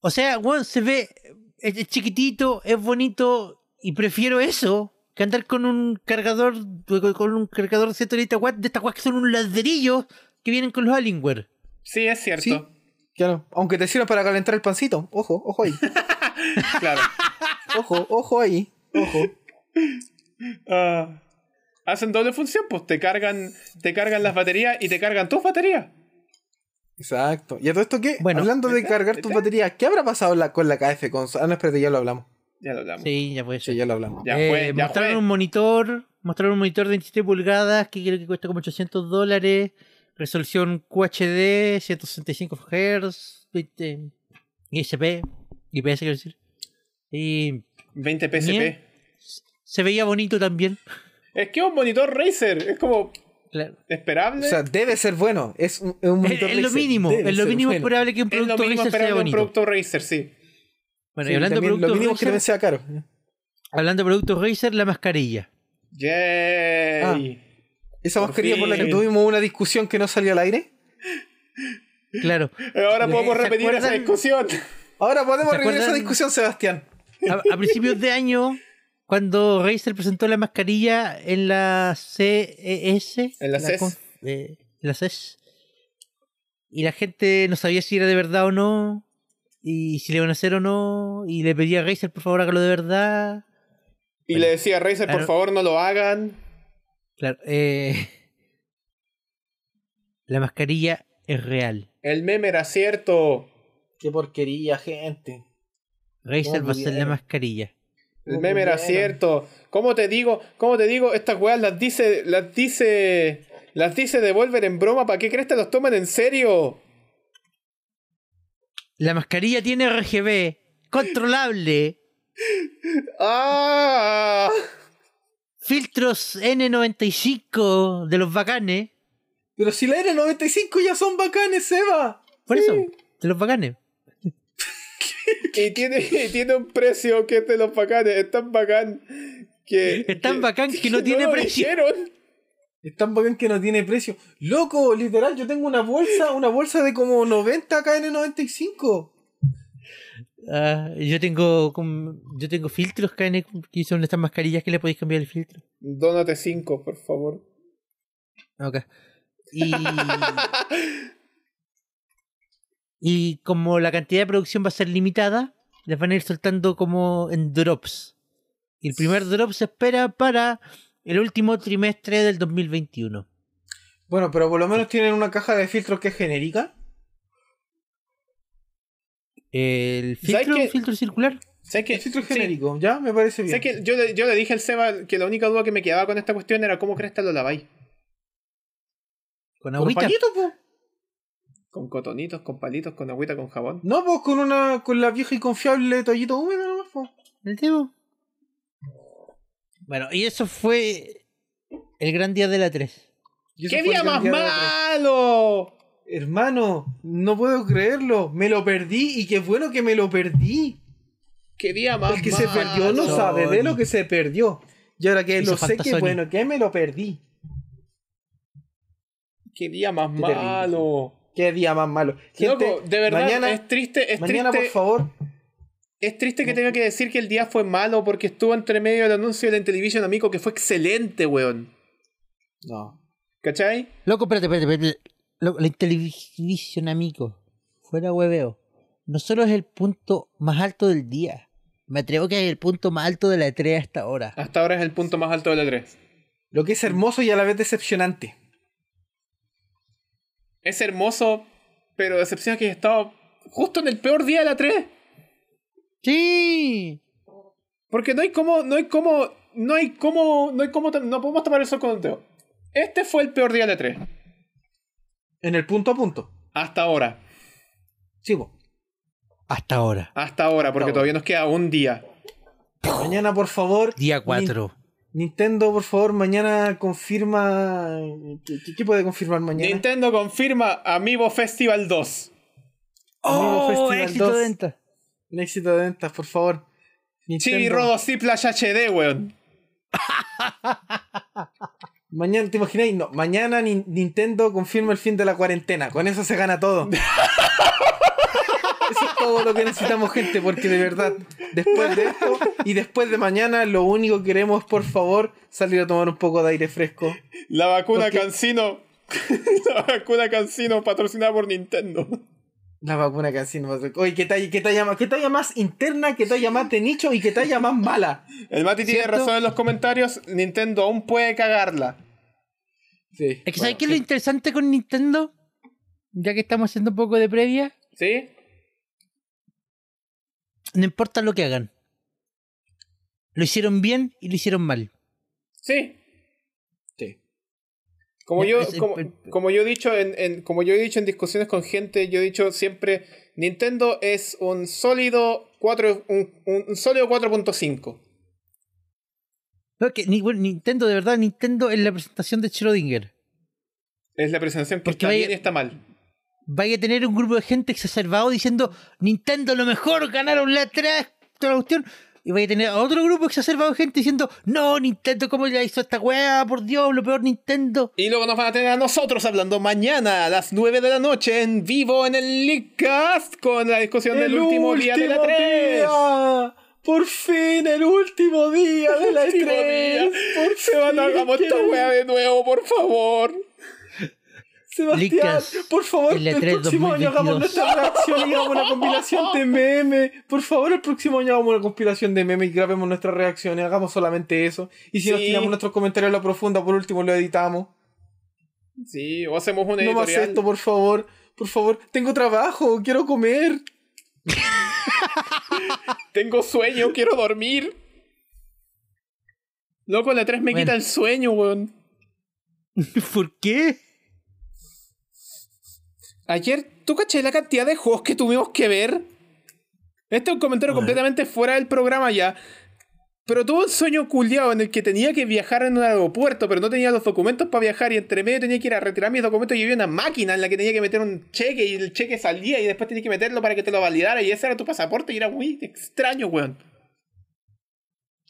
O sea, weón, se ve, eh, es, es chiquitito, es bonito y prefiero eso que andar con un cargador, con un cargador de 130 watts de estas weas que son un ladrillo que vienen con los Alienware. Sí, es cierto. Sí. Claro, aunque te sirva para calentar el pancito. Ojo, ojo ahí. Claro. Ojo, ojo ahí. Ojo. Ah. hacen doble función, pues te cargan, te cargan las baterías y te cargan tus baterías. Exacto. ¿Y a todo esto qué? Bueno. eh, Hablando de ¿Viste? cargar tus ¿Viste? baterías, ¿qué habrá pasado la- con la KF Console? Ah, no, espérate, ya lo hablamos. Ya lo hablamos. Sí, ya puede ser. Sí, ya lo hablamos. Ya Eh, fue, ya mostraron fue. un monitor, mostraron un monitor de 27 pulgadas que creo que cuesta como 800 dólares, resolución QHD, 165 Hz, 20 ISP, IPS quiero decir. Y 20 PSP. Bien. se veía bonito también. Es que es un monitor Razer. Es como Claro. O esperable. sea, debe ser bueno. Es un, es un Es, monitor es lo Razer. mínimo, Debe es lo ser mínimo bueno. probable que un es lo producto mínimo Razer sea esperable de un bonito. producto Razer, sí. Bueno, Sí, y hablando de también lo productos mínimo que Razer, también sea caro. hablando de productos Razer, la mascarilla. Yay. Esa Por mascarilla por la que fin. tuvimos una discusión que no salió al aire. Claro. Ahora ¿Se podemos repetir esa acuerdan? discusión. Ahora podemos ¿Se revivir esa acuerdan? discusión, Sebastián. A, a principios de año, cuando Razer presentó la mascarilla en la E CES. En la CES. conf- eh, en la CES. Y la gente no sabía si era de verdad o no. Y si le iban a hacer o no. Y le pedía a Razer, por favor, hágalo de verdad. Y Bueno, le decía a Razer, por claro. favor, no lo hagan. Claro. eh, la mascarilla es real. El meme era cierto. Qué porquería, gente. Razer ¿Cómo va a hacer la pudieron? mascarilla. El Muy meme era bueno. cierto. ¿Cómo te digo? ¿Cómo te digo? Estas weas las dice. Las dice. Las dice Devolver en broma. ¿Para qué crees que los toman en serio? La mascarilla tiene RGB. Controlable. ¡Ah! filtros N95 de los bacanes. Pero si la N95 ya son bacanes, Seba. Por eso, de los bacanes. Y tiene, y tiene un precio que es de los bacanes. Es tan bacán que. Es tan bacán que no tiene lo precio. dijeron. Es tan bacán que no tiene precio. Loco, literal, yo tengo una bolsa, una bolsa de como 90 acá N95. Ah, yo tengo com- yo tengo filtros KN que son estas mascarillas que le podéis cambiar el filtro. Dónate 5, por favor. Ok. Y, y como la cantidad de producción va a ser limitada, las van a ir soltando como en drops. Y el primer drop se espera para el último trimestre del 2021. Bueno, pero por lo menos tienen una caja de filtros que es genérica. El ¿Sabes filtro, qué? filtro circular. ¿Sabes qué? El filtro es Sí. genérico, ya me parece bien. Sé que yo le, yo le dije al Seba que la única duda que me quedaba con esta cuestión era cómo cresta lo laváis. Con ¿Con agüita. pañito, po? Con cotonitos, con palitos, con agüita, con jabón. No, pues con una con la vieja y confiable toallito húmedo nomás, po. El Tebo. Bueno, y eso fue el gran día de la 3. Y eso ¡Qué fue día el más gran de la otra. malo! Hermano, no puedo creerlo. Me lo perdí y qué bueno que me lo perdí. ¡Qué día más El que malo! se perdió no sabe de lo que se perdió. Y ahora que Hizo lo sé, falta que Sony. bueno que me lo perdí. ¡Qué día más Qué terrible. malo! Qué día más malo. Gente, Loco, de verdad, mañana, es triste, es mañana por triste, favor. es triste que tenga que decir que el día fue malo porque estuvo entre medio del anuncio del Intellivision Amigo que fue excelente, weón. No. ¿Cachai? Loco, espérate, espérate, espérate. Loco, la televisión, amigo. Fuera hueveo. No solo es el punto más alto del día. Me atrevo que es el punto más alto de la 3 hasta ahora. Hasta ahora es el punto más alto de la 3. Lo que es hermoso y a la vez decepcionante. Es hermoso, pero decepciona que he estado justo en el peor día de la 3. ¡Sí! Porque no hay como, no hay como, no hay como, no hay como, no podemos tomar el sol con un dedo. Este fue el peor día de la 3. En el punto a punto. Hasta ahora. Sí, po. Hasta ahora. Hasta ahora, porque ahora. todavía nos queda un día. Mañana, por favor. Día Nin- 4. Nintendo, por favor, mañana confirma. ¿Qué, qué puede confirmar mañana? Nintendo confirma Amiibo Festival 2. Amigo ¡Oh! Festival Éxito 2. de venta. Un éxito de ventas, por favor. Chibi Nintendo, Rodo Plash HD, weón. Mañana, ¿te imagináis? No, mañana Nin- Nintendo confirma el fin de la cuarentena. Con eso se gana todo. Eso es todo lo que necesitamos, gente, porque de verdad, después de esto y después de mañana, lo único que queremos es, por favor, salir a tomar un poco de aire fresco. La vacuna Porque- Cancino. La vacuna Cancino patrocinada por Nintendo. La vacuna que así nos va a hacer- Oye, ¿qué talla, qué, talla más, ¿qué talla más interna, qué talla más de nicho y qué talla más mala? El Mati tiene ¿Cierto? razón en los comentarios. Nintendo aún puede cagarla. Sí. Es que ¿sabes qué es lo interesante con Nintendo? Ya que estamos haciendo un poco de previa. ¿Sí? No importa lo que hagan. Lo hicieron bien y lo hicieron mal. Sí. Sí. Como Ya, yo, es- como, es- como yo he dicho en, en- como yo he dicho en discusiones con gente, yo he dicho siempre Nintendo es un sólido 4, un, un- un sólido 4.5. No, que ni- bueno, Nintendo, de verdad, Nintendo en la presentación de Schrödinger. Es la presentación que Porque está vaya- bien y está mal. Vaya a tener un grupo de gente exacerbado diciendo Nintendo lo mejor, ganaron la 3, toda la cuestión. y voy a tener a otro grupo exacerbado de gente diciendo, no, Nintendo, ¿cómo la hizo esta weá? Por Dios, lo peor Nintendo. Y luego nos van a tener a nosotros hablando mañana a las 9 de la noche en vivo en el Leakcast con la discusión del último, día de la 3. día. Por fin, el último día de la Último día. 3. Por Se van a fin, hagamos esta quiero- weá de nuevo, por favor. Sebastián, Licas, por favor, el el, E3 próximo año hagamos 2022. nuestra reacción y hagamos una compilación de memes. Por favor, el próximo año hagamos una compilación de memes y grabemos nuestras reacciones, hagamos solamente eso. Y si nos Sí. tiramos nuestros comentarios a la profunda, por último lo editamos. Sí, o hacemos una No más editorial. esto, por favor. Por favor, tengo trabajo, quiero comer. Tengo sueño, quiero dormir. Loco, la 3 me Bueno. quita el sueño, weón. ¿Por qué? Ayer, ¿tú caché la cantidad de juegos que tuvimos que ver? Este es un comentario Bueno. completamente fuera del programa ya. Pero tuve un sueño culiado en el que tenía que viajar en un aeropuerto, pero no tenía los documentos para viajar y entre medio tenía que ir a retirar mis documentos y había una máquina en la que tenía que meter un cheque y el cheque salía y después tenías que meterlo para que te lo validara y ese era tu pasaporte y era muy extraño, weón.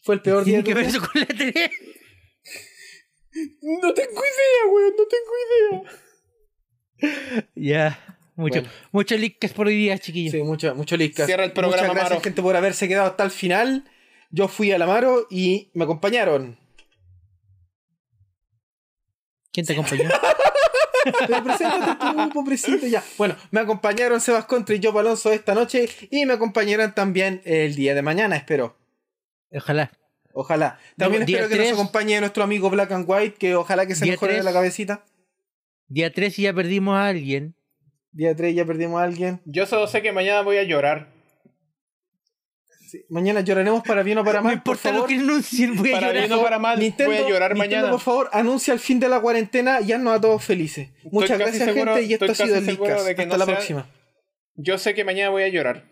Fue el peor día Tiene de que tu vida. ver eso con la tele. No tengo idea, weón, no tengo idea. Ya, mucho, Bueno. mucho Lickas por hoy día, chiquillos. Sí, mucho, mucho liscas. Cierra el programa, Muchas gracias, Maro. gente, por haberse quedado hasta el final. Yo fui al Amaro y me acompañaron. ¿Quién te acompañó? Pero preséntate tú, pobrecito, ya. Bueno, me acompañaron Sebas Contra y yo, Alonso, esta noche y me acompañarán también el día de mañana, espero. Ojalá. Ojalá. También Día espero que tres. nos acompañe nuestro amigo Black and White, que ojalá que se Día mejore de tres. la cabecita. Día 3 y ya perdimos a alguien. Día 3 ya perdimos a alguien. Yo solo sé que mañana voy a llorar. Sí, Mañana lloraremos para bien o para No mal. Por importa lo favor, que anuncien, voy a Para llorar. bien o para mal, Nintendo, voy a llorar Nintendo, mañana. por favor, anuncia el fin de la cuarentena y haznos a todos felices. Muchas casi gracias, seguro- gente, y esto ha estoy sido el casi seguro Leadcast. de que Hasta no la sea- próxima. Yo sé que mañana voy a llorar.